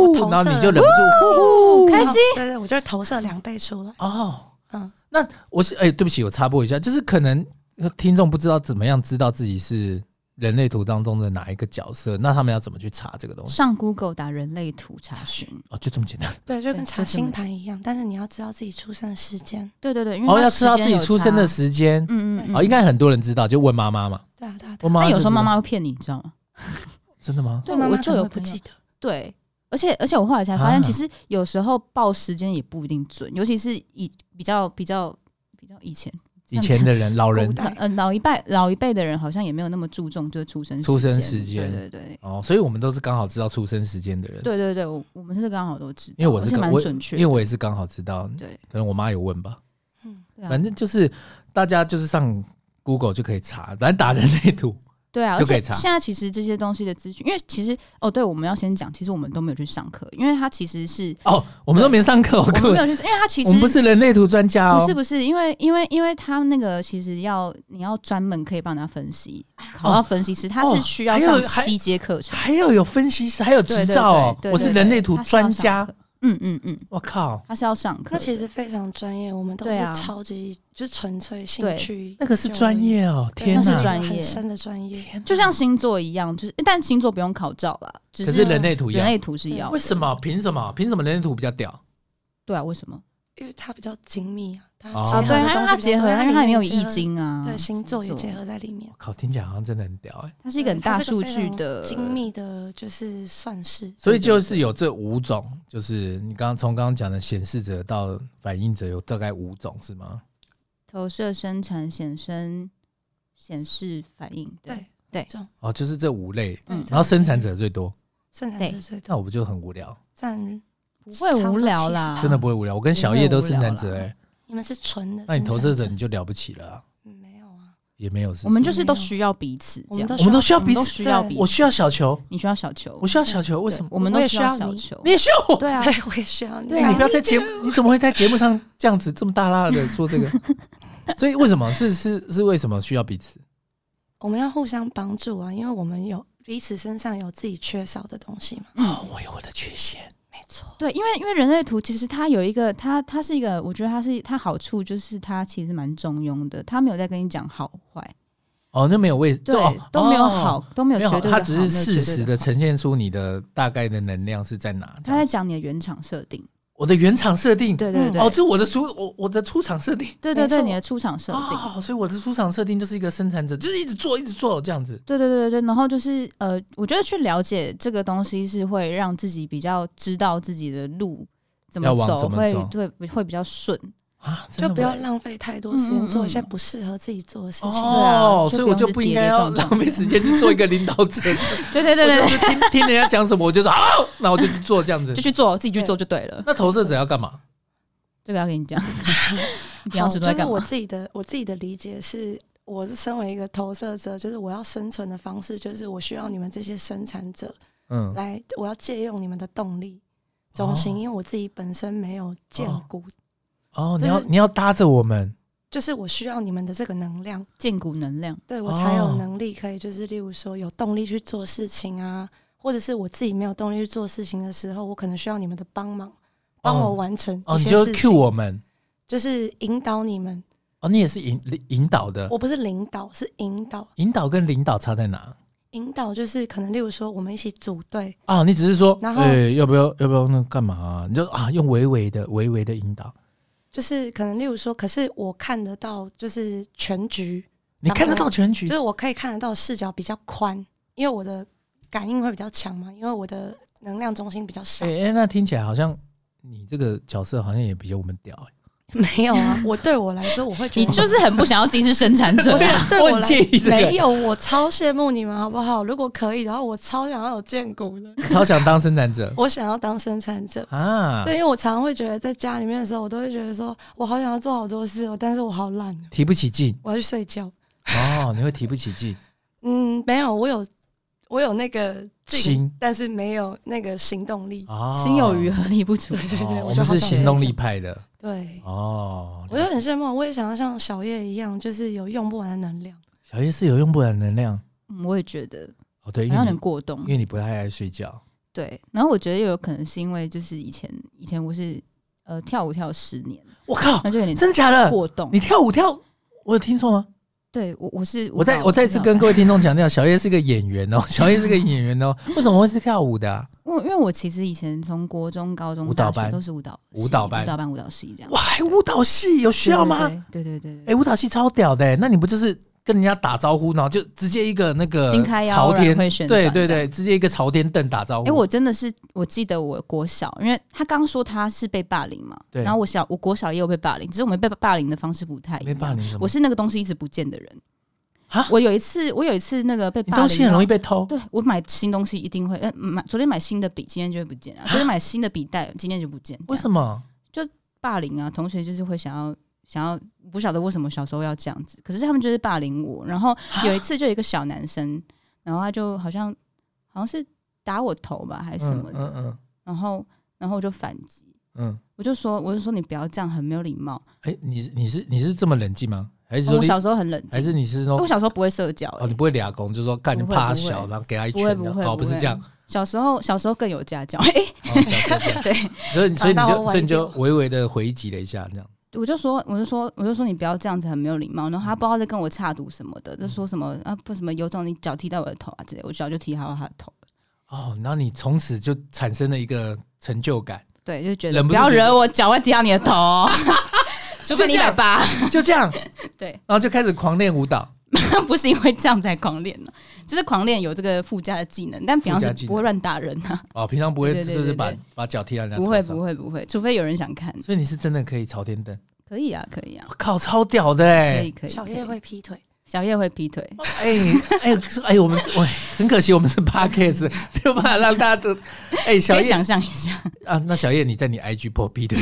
S3: 我
S1: 呼，
S3: 投射
S1: 然后你
S3: 了
S1: 就忍不住呼呼
S2: 哦开
S3: 然
S2: 心
S3: 后。对对，我就会投射两倍出来。
S1: 哦。
S3: 嗯，
S1: 那我是哎、对不起，我插播一下，就是可能听众不知道怎么样知道自己是人类图当中的哪一个角色，那他们要怎么去查这个东西？
S2: 上 Google 打人类图查询，
S1: 哦，就这么简单。
S3: 对，就跟
S2: 对
S3: 查
S2: 就这么
S3: 星盘一样，但是你要知道自己出生的时间。
S2: 对对对，因为
S1: 哦，
S2: 它
S1: 要知道
S2: 时
S1: 自
S2: 间
S1: 己
S2: 有
S1: 出生的
S2: 差
S1: 时间。
S2: 嗯嗯嗯，
S1: 哦，应该很多人知道，就问妈妈嘛。
S3: 对啊，对啊，对
S1: 问
S3: 啊。
S1: 妈妈
S2: 但有
S1: 哦就
S2: 时候
S1: 知道
S2: 妈妈会骗你，你知道吗？
S1: 真的吗？
S2: 对，
S3: 我妈
S2: 我
S3: 妈
S2: 就
S3: 可能
S2: 有
S3: 会不
S2: 朋友
S3: 记得，
S2: 对，而且而且我后来才发现，
S1: 啊
S2: 其实有时候报时间也不一定准，尤其是以比较比较比较以前
S1: 以前的人，老人
S3: 古代
S2: (laughs) 呃老一辈老一辈的人好像也没有那么注重就是出生
S1: 出生
S2: 间
S1: 时间
S2: 对对对
S1: 哦，所以我们都是刚好知道出生时间的人。，
S2: 对对对，我我们是刚好都知道，
S1: 因为我是
S2: 而且
S1: 刚
S2: 蛮
S1: 我
S2: 准确
S1: 因
S2: 的，
S1: 为我也是刚好知道，
S2: 对
S1: 可能我妈有问吧。
S3: 嗯，
S2: 对啊
S1: 反正就是大家就是上 Google 就可以查，咱打人类图。
S2: 对啊，
S1: 就
S2: 而
S1: 可以
S2: 且
S1: 查
S2: 现在其实这些东西的资讯，因为其实哦，对，我们要先讲，其实我们都没有去上课，因为它其实是
S1: 哦，我们都没上课，我
S2: 我
S1: 各
S2: 们没
S1: 位，
S2: 有去，因为它其实
S1: 我们不是人类图专家哦。
S2: 不是不是，因为因为因为他那个其实要你要专门可以帮他分析，考到分析师，他
S1: 哦
S2: 是需要
S1: 还有
S2: 上
S1: 还
S2: 七节课程，
S1: 还要有分析师，还有
S2: 对
S1: 执照哦。
S2: 对对对
S1: 我是
S2: 对
S1: 人类图专，
S2: 对
S1: 家
S2: 对，他是要上课嗯嗯嗯，
S1: 我靠，
S2: 他是要上课的，
S3: 那其实非常专业，我们都
S2: 对啊
S3: 是超级就纯粹兴
S2: 对
S3: 趣，
S1: 那个是专，业哦，
S3: 对
S1: 天
S2: 那
S1: 哪
S2: 是！专业
S3: 很深的专业。
S1: 天哪
S2: 就像星座一样，就是但星座不用考照啦，只
S1: 可是
S2: 是
S1: 人类图一
S2: 人
S1: 样，
S2: 类图是要的
S1: 为什？么？凭什么？凭什么人类图比较屌？
S2: 对啊，为什么？
S3: 因为它比较精密啊，它
S1: 哦
S3: 结
S1: 啊
S3: 合
S2: 对，
S3: 的
S2: 它
S3: 东
S2: 因为
S3: 西
S2: 它
S3: 比
S2: 结
S3: 较
S2: 合，
S3: 多
S2: 因为它里面有易，
S3: 结合
S2: 经啊，
S3: 对星座也
S2: 星座
S3: 结合在里面
S1: 我，靠，听起来好像真的很屌哎。
S2: 它是一个很
S3: 对
S2: 大
S3: 它是
S2: 数
S3: 个非
S2: 据
S3: 常
S2: 的
S3: 精密的，就是算式。
S1: 所以就是有这五种，就是你刚刚从刚刚讲的显示者到反应者有大概五种是吗？
S2: 投射、生产、显身、显示、反应，对
S3: 对，
S1: 哦，就是这五类，
S2: 嗯
S3: 对
S1: 然后生产者最多，
S3: 生产
S2: 对
S3: 者最多
S1: 那我不就很无聊？
S3: 占，
S2: 不会
S3: 差
S2: 无
S3: 不多
S2: 聊啦，
S3: 啊
S1: 真的不会无聊。我跟小叶都生产
S2: 真
S1: 者
S2: 的无
S1: 哎、
S2: 聊
S3: 你们是纯的生产。
S1: 那你投射者你就了不起了啊、
S3: 嗯没有啊？
S1: 也没有是
S2: 我们
S1: 什么
S2: 就是都需要彼此，这样
S1: 我们都需要
S2: 我
S1: 彼
S2: 们
S1: 此
S2: 都需要
S3: 对
S2: 彼
S1: 我
S2: 此。
S1: 需要小球，
S2: 你需要小球
S1: 我，需要小球，为
S2: 对
S1: 什么？
S2: 我们
S3: 我
S2: 都
S3: 也
S2: 需
S3: 需要
S2: 小
S3: 你
S2: 球
S1: 你。也需要我？
S2: 对啊，
S3: 对，我也需要你。
S1: 对啊，你不要在节目，你怎么会在节目上这
S2: (laughs)
S1: 样子这么大大的说这个？所以为什么是是是为什么需要彼此？
S3: 我们要互相帮助啊，因为我们有彼此身上有自己缺少的东西嘛。
S2: 嗯
S1: 哦，我有我的缺陷，
S3: 没错，
S2: 对，因为因为人类图其实它有一个，它它是一个，我觉得它是它好处就是它其实蛮中庸的，它没有在跟你讲好坏，
S1: 哦，那没有位置，
S2: 对，
S1: 哦
S2: 都没有
S1: 哦
S2: 好，都没有
S1: 没有
S2: 绝
S1: 好，
S2: 对的
S1: 它只
S2: 好
S1: 是
S2: 没
S1: 事
S2: 有绝对
S1: 实
S2: 的
S1: 的
S2: 好
S1: 呈现出你的大概的能量是在哪。这
S2: 它在
S1: 样
S2: 讲你的原厂设定，
S1: 我的原厂设定，
S2: 对对
S3: 嗯
S2: 对，
S1: 哦，这是我的出我我的出厂设定
S2: 对对
S3: 没错
S2: 对，你的出厂设定。
S1: 哦，所以我的出厂设定就是一个生产者，就是一直做一直做这样子。
S2: 对对对对对，然后就是呃，我觉得去了解这个东西是会让自己比较知道自己的路怎么
S1: 要往
S2: 走，
S1: 怎么
S2: 会
S1: 走
S2: 对会比较顺。 (laughs)
S1: 啊，真
S3: 就
S1: 的
S3: 不
S1: 吗
S3: 要浪费太多时间
S2: 嗯嗯
S3: 做一些
S2: 嗯
S3: 不适合自己做的事情。
S2: 对啊
S1: 哦，
S2: 就
S1: 所以
S2: 不
S1: 我
S2: 用
S1: 就是不应
S2: 跌跌
S1: 该要
S2: 撞撞
S1: 浪费时间去做一个领
S2: (laughs)
S1: 导者。
S2: 对对对对
S1: 我
S2: 对，
S1: 就听听人家讲什么我就说啊，那我就去做这样子
S2: (laughs) 就。去做，自己去做就对了。
S1: 那投射者要干嘛？
S2: 这个要跟你
S3: (laughs)
S2: 讲，你平
S3: 好
S2: 常时都在
S3: 就是
S2: 干
S3: 我
S2: 嘛？
S3: 自己的我自己的理解是，我是身为一个投射者，就是我要生存的方式，就是我需要你们这些生产者
S1: 嗯，
S3: 来，我要借用你们的动力中心，
S1: 哦
S3: 因为我自己本身没有建骨，
S1: 哦，
S3: 就
S1: 你要
S3: 是
S1: 你要搭着我们
S3: 就是我需要你们的这个能量，
S2: 建骨能量，
S3: 对我才有
S1: 哦
S3: 能力可以，就是例如说有动力去做事情啊，或者是我自己没有动力去做事情的时候，我可能需要你们的帮忙，帮我完成
S1: 哦，
S3: 一
S1: 你
S3: 些
S1: 就
S3: 事
S1: cue
S3: 情，
S1: 我们
S3: 就是引导你们。
S1: 哦，你也是引引导的，
S3: 我不是领导，是引导。
S1: 引导跟领导差在哪？
S3: 引导就是可能，例如说我们一起组队，
S1: 啊，你只是说，
S3: 然后
S1: 哎要不要要不要那干嘛啊？你就啊，用微微的微微的引导，
S3: 就是可能例如说，可是我看得到就是全局，
S1: 你看得
S3: 然后
S1: 到全
S3: 就
S1: 局
S3: 是我可以看得到视角比较宽，因为我的感应会比较强嘛，因为我的能量中心比较少
S1: 哎、。哎那听起来好像你这个角色好像也比我们屌、欸，
S3: 没有啊，我对我来说，我会觉
S2: 你
S3: 得
S2: 就是很不想要自己是生产者
S3: 不是。对
S1: 我
S3: 我
S1: 很
S3: 来
S1: 介意这
S3: 没
S1: 个，
S3: 有，我超羡慕你们好不好？如果可以的话，我超想要有建骨的，
S1: 超想当生产
S3: (laughs)
S1: 者
S3: 我想要当生产者。
S1: 啊，
S3: 对，因为我常常会觉得在家里面的时候，我都会觉得说我好想要做好多事哦，但是我好懒，
S1: 提不起劲
S3: 我要去睡觉。
S1: 哦，你会提不起劲，
S3: 嗯，没有，我有我有那个劲
S1: 心
S3: 但是没有那个行动力。
S1: (laughs) 哦，
S2: 心有余而力不足
S3: 对，对对，
S1: 哦、
S3: 我
S1: 我
S3: 就
S1: 们
S3: 好
S1: 是
S3: 想睡
S1: 行动力
S3: 觉。
S1: 派的
S3: 对，
S1: 哦，
S3: 我就很羡慕，我也想要像小叶一样，就是有用不完的能量。
S1: 小叶是有用不完的能量
S2: 嗯我也觉得
S1: 哦，对，因
S2: 好
S1: 为
S2: 像有点
S1: 你
S2: 过动
S1: 因。为你不太爱睡觉，
S2: 对，然后我觉得也有可能是因为就是以前以前我是呃跳舞跳十年，
S1: 我
S3: (laughs)
S1: 靠，
S2: 那就有点
S1: 哦真的假的？
S2: 过动
S1: 你。跳舞跳，我有听错吗？
S2: 对我我是
S1: 我再
S2: 跳
S1: 我再次
S2: 跳
S1: 跟
S2: (laughs)
S1: 各位听众强调，小叶是个演员哦，小叶是个演员哦，为什么会是跳舞的
S2: (laughs)
S1: 啊、
S2: 我因为我其实以前从国中、高中、
S1: 舞蹈
S2: 大学
S1: 班
S2: 都是舞蹈系
S1: 舞蹈班
S2: 舞蹈班、舞蹈系这样。
S1: 哇，还舞蹈系有需
S2: 对，
S1: 要吗？
S2: 对对对对
S1: 哎、舞蹈系超屌的、那你不就是跟人家打招呼，然后就直接一个那个
S2: 金开腰
S1: 呃朝天
S2: 然后会旋转
S1: 对对
S2: 这
S1: 对，直接一个朝天凳打招呼。
S2: 哎、我真的是，我记得我国小，因为他刚说他是被霸凌嘛，
S1: 对
S2: 然后我小我国小也有被霸凌，只是我们被霸凌的方式不太一
S1: 没
S2: 样。
S1: 霸凌什么，
S2: 我是那个东西一直不见的人
S1: 啊。
S2: 我有一次，我有一次那个被
S1: 你
S2: 霸凌，
S1: 东西很容易被偷。
S2: 对我买新东西一定会，呃，买昨天买新的笔，今天就会不见啊；昨天买新的笔袋，今天就不见。
S1: 为
S2: 么
S1: 什么？
S2: 霸凌啊？同学就是会想要想要，不晓得为什么小时候要这样子，可是他们就是霸凌我。然后
S1: 啊
S2: 有一次就有一个小男生，然后他就好像好像是打我头吧，还是什么的，
S1: 嗯嗯
S2: 然后然后我就反击，
S1: 嗯。
S2: 我就说我就说你不要这样，很没有礼貌。
S1: 哎、你是你是你是这么冷静吗？还是说
S2: 哦我
S1: 你
S2: 小时候很冷静，
S1: 还是你是说
S2: 我小时候不会社交、
S1: 哦
S2: 欸
S1: 你不会俩公，就是说干你
S2: 不会
S1: 怕
S2: 不会
S1: 小，然后给他一
S2: 不
S1: 拳
S2: 会
S1: 这
S2: 不
S1: 样，
S2: 会
S1: 哦
S2: 不
S1: 不是
S2: 会
S1: 这样，
S2: 小时候小时候更有家教， (laughs) 欸
S1: 哦小时候
S2: 对。
S1: 所
S2: (laughs)
S1: 以所以你
S3: 打到
S1: 就
S3: 我
S1: 所以你就
S3: 歪掉
S1: 微微的回击了一下，这样。
S2: 我就说，我就说，我就说你不要这样子，很没有礼貌。然后他不知道在跟我插赌什么的，就说什么啊不什么有种你脚踢到我的头啊之类，我脚就踢到他的头。
S1: 哦，然后你从此就产生了一个成就感， (laughs)
S2: 对，就觉得
S1: 忍不
S2: 不
S1: 住
S2: 要
S1: 觉得
S2: 惹我，脚会踢到你的头哦， (laughs) 除非你一百八。
S1: 就这样，
S2: (laughs) 对， (laughs)
S1: 然后就开始狂练舞蹈。
S2: 不是因为这样才狂练呢、就是狂练有这个附加的技能，但平常
S1: 附加技
S2: 是
S1: 能
S2: 不会乱打人啊，
S1: 哦，平常不会
S2: 对对
S1: 就是
S2: 对
S1: 把
S2: 对
S1: 把脚踢到人家
S2: 不会
S1: 头上
S2: 不会不会，除非有人想看，
S1: 所以你是真的可以朝天蹬，
S2: 可以啊可以啊
S1: 我，靠，超屌的
S2: 可
S1: 哎
S2: 以、可以。
S3: 小
S2: 可以
S3: 叶会劈腿，
S2: 小叶会劈腿，
S1: 哎哎哎，我们喂，很可惜我们是
S2: (laughs)
S1: podcast，没有办法让大家都哎、小
S2: 可以
S1: 叶
S2: 想象一下。
S1: 啊，那小叶你在你 IG 破壁的，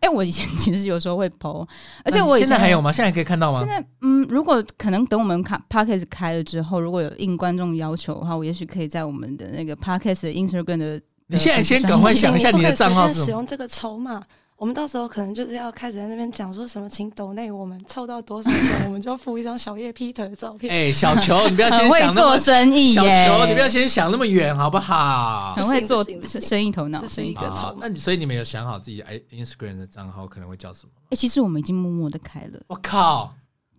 S2: 哎、我以前 (laughs) 其实有时候会剖， (laughs) 而且
S1: 那你
S2: 我以
S1: 现在
S2: 前
S1: 还有吗？现在可以看到吗
S2: 现？在嗯，如果可能等我们卡 podcast 开了之后，如果有应观众要求的话，我也许可以在我们的那个 podcast 的 Instagram 的
S1: 你现在先赶
S2: 我
S1: 快
S2: 也
S1: 想一下
S3: 不
S1: 你
S3: 可
S1: 的
S3: 以随
S1: 账号
S3: 便
S1: 是
S3: 使
S1: 什么？
S3: 用这个筹码。我们到时候可能就是要开始在那边讲说什么，请抖内我们凑到多少钱，我们就附一张小叶劈腿的照片。
S1: 哎，小球，你不要先
S2: 很会
S1: 想那
S2: 做
S1: 么
S2: 生意
S1: 小
S2: 耶，
S1: 球，你不要先想那么远，好不好？
S2: 很会做
S3: 不行不行
S2: 生意头脑
S3: 这。是
S2: 生意
S3: 一
S2: 头
S3: 个
S2: 脑
S3: 好
S1: 好，那你所以你们有想好自己哎 Instagram 的账号可能会叫什么？
S2: 哎，其实我们已经默默的开了，
S1: 我靠！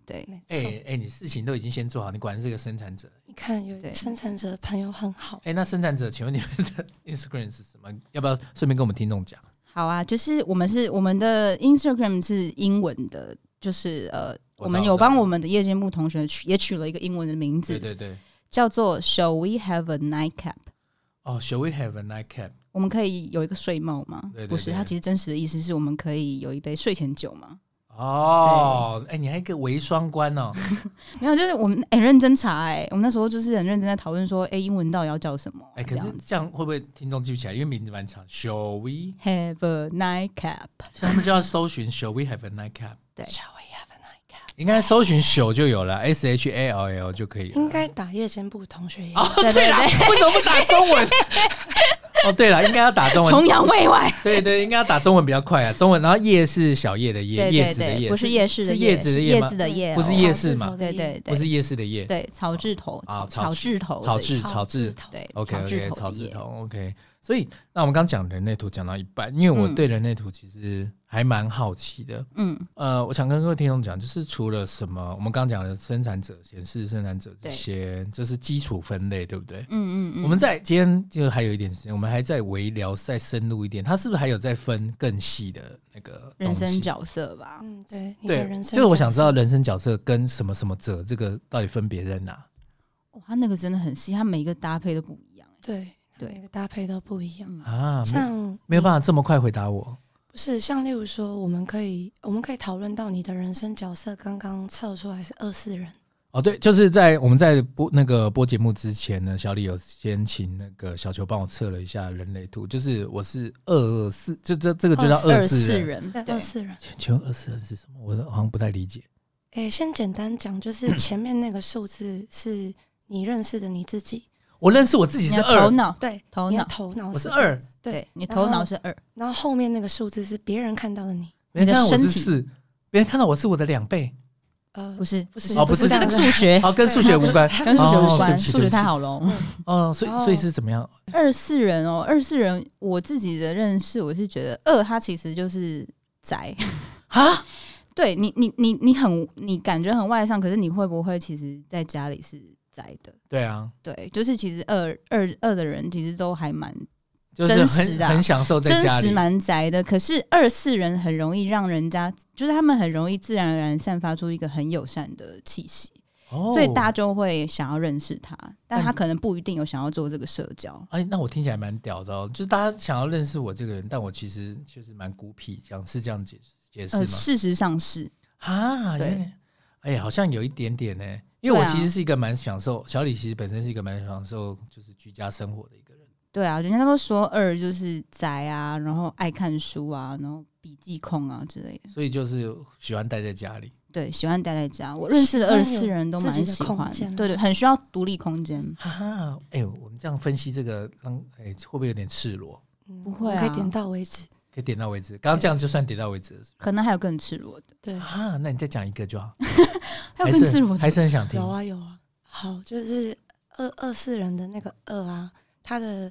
S2: 对，
S3: 没
S1: 哎、
S3: 错，
S1: 哎、你事情都已经先做好，你果然是个生产者。
S3: 你看有
S2: 对
S3: 生产者的朋友很好
S1: 哎、，那生产者，请问你们的 (laughs) Instagram 是什么？要不要顺便跟我们听众讲？
S2: 好啊，就是我们是我们的 Instagram 是英文的，就是呃，
S1: 我知道
S2: 我们有帮我们的夜间部同学取也取了一个英文的名字，
S1: 对对对，
S2: 叫做 Shall we have a nightcap？
S1: 哦、s h a l l we have a nightcap？
S2: 我们可以有一个睡帽吗？
S1: 对对
S2: 不是，
S1: 对
S2: 它其实真实的意思是我们可以有一杯睡前酒吗？
S1: 哦，哎、你还有一个微双关哦，
S2: 没有，就是我们很、认真查哎、我们那时候就是很认真在讨论说，哎、英文到底要叫什么？
S1: 哎、
S2: 这
S1: 可
S2: 样
S1: 是
S2: 子
S1: 这样会不会听众记不起来？因为名字蛮长，Shall we？
S2: have a nightcap，
S1: 所以他们就要搜寻 Shall we have a nightcap？
S2: 对，
S3: 稍微 have a night cap
S1: 应该搜寻 Shall 就有了，S H A L L 就可以了。
S3: 应该打夜间部同学也
S1: 哦，
S2: 对
S1: 对啦，
S2: 对
S1: 为什么不打中
S2: (laughs)
S1: 文？哦，对了，应该要打中文，
S2: 崇洋媚外，
S1: 对对，应该要打中文比较快啊。中文，然后叶是小叶的叶，
S2: 对
S1: 叶
S2: 对
S1: 子的叶，
S2: 对，不是夜市的
S1: 是叶子
S2: 是
S1: 的叶
S2: 叶
S1: 吗
S2: 子？的叶哦，
S1: 不是夜市嘛
S2: 对对
S1: 不
S2: 对，
S1: 是夜市的叶，
S2: 对草字头
S1: 啊草
S2: 草字头，
S1: 草字
S3: 草字
S1: 字
S3: 头，
S2: 对
S1: ，OK
S2: 草字
S1: OK，
S2: 头
S1: 草字
S2: 的叶
S1: 头，OK。所以，那我们刚讲人类图讲到一半，因为我
S2: 嗯
S1: 对人类图其实还蛮好奇的。
S2: 嗯，
S1: 呃，我想跟各位听众讲，就是除了什么，我们刚讲的生产者、显示生产者这
S2: 对
S1: 些，这是基础分类，对不对？
S2: 嗯嗯嗯，
S1: 我们在今天就还有一点时间，我们还在微聊，再深入一点。它是不是还有再分更细的那个
S2: 人
S1: 东西
S2: 生角色吧，
S3: 嗯，对，你的
S1: 对，
S3: 人生
S1: 就是我想
S3: 角
S1: 知道人生角色跟什么什么者这个到底分别在哪？
S2: 哇，他那个真的很细，他每一个搭配都不一样，
S3: 色对
S2: 对
S3: 每个搭配都不一样，
S2: 嗯
S1: 啊，没
S3: 像
S1: 没有办法这么快回答我。
S3: 不是像例如说，我们可以我们可以讨论到你的人生角色，刚刚测出来是二四人，
S1: 哦，对，就是在我们在播那个播节目之前呢，小李有先请那个小球帮我测了一下人类图，就是我是二二四，就这这个就叫
S2: 二
S1: 二四
S2: 哦四
S1: 人。
S2: 人，
S3: 对，
S2: 对
S3: 二，四人。
S1: 请问二四人是什么？我好像不太理解。
S3: 诶，先简单讲，
S1: 嗯
S3: 就是前面那个数字是你认识的你自己，
S1: 我认识我自己
S2: 你
S1: 是
S2: 的头
S1: 二，
S2: 脑，
S3: 对，
S2: 头
S3: 你的
S2: 脑，
S3: 头脑
S1: 我是
S3: 是，
S1: 二，
S2: 对你
S3: 然
S2: 头
S3: 后
S2: 脑是二，
S3: 然后后面那个数字是别人看到的你，
S1: 别人看到我
S2: 你
S1: 是
S2: 的身体
S1: 四，别人看到我是我的两倍。
S3: 呃
S2: 不，是
S3: 不是
S1: 哦不是
S2: 这个数学，
S1: 好，跟数学无
S3: (laughs)
S1: 关。
S2: (laughs) 跟数学无
S1: 哦对
S2: 关，
S1: 不起
S2: 数
S1: 对不
S2: 学
S1: 起
S2: 太好了哦。
S1: 哦，所以
S3: 哦
S1: 所以是怎么样？
S2: 二四人哦，二四人，我自己的认识，我是觉得二它其实就是宅，
S1: 啊，
S2: 对你，你，你，你很，你感觉很外向，可是你会不会其实在家里是宅的？
S1: 对啊，
S2: 对，就是其实二二二的人其实都还蛮
S1: 就是
S2: 真实
S1: 很
S2: 的啊
S1: 很享受在
S2: 真
S1: 家
S2: 实
S1: 里。
S2: 蛮宅的，可是二四人很容易让人家，就是他们很容易自然而然散发出一个很友善的气息，
S1: 哦
S2: 所以大家就会想要认识他，但
S1: 但
S3: 嗯
S2: 他可能不一定有想要做这个社交。
S1: 哎，那我听起来蛮屌的哦，就是大家想要认识我这个人，但我其实就是蛮孤僻，这样是这样解解释
S2: 呃，
S1: 吗？
S2: 事实上是，
S1: 啊，
S2: 呃对
S1: 对，哎，好像有一点点呢，因为我
S2: 对啊
S1: 其实是一个蛮享受，小李其实本身是一个蛮享受就是居家生活的一个人。
S2: 对啊，人家都说二就是宅啊，然后爱看书啊，然后笔记控啊之类的。
S1: 所以就是喜欢待在家里
S2: 对，喜欢待在家。我认识的
S3: 喜欢
S2: 二
S3: 有
S2: 四人都蛮
S3: 自己的
S2: 喜
S3: 空
S2: 欢
S3: 间，啊
S2: 对对，很需要独立空间。
S1: 啊！哎，我们这样分析这个，让哎会不会有点赤裸？
S3: 嗯
S2: 不会
S3: 我们可以
S2: 啊
S3: 点到为止，
S1: 可以点到为止，刚刚这样就算点到为止了是
S2: 可能还有更赤裸的，
S3: 对
S1: 不是，啊！那你再讲一个就好，
S2: 还有
S1: 还
S2: 更
S1: 是
S2: 赤裸
S1: 还
S2: 的。
S1: 是很想听
S3: 有啊有啊，好，就是二二四人的那个二啊，它的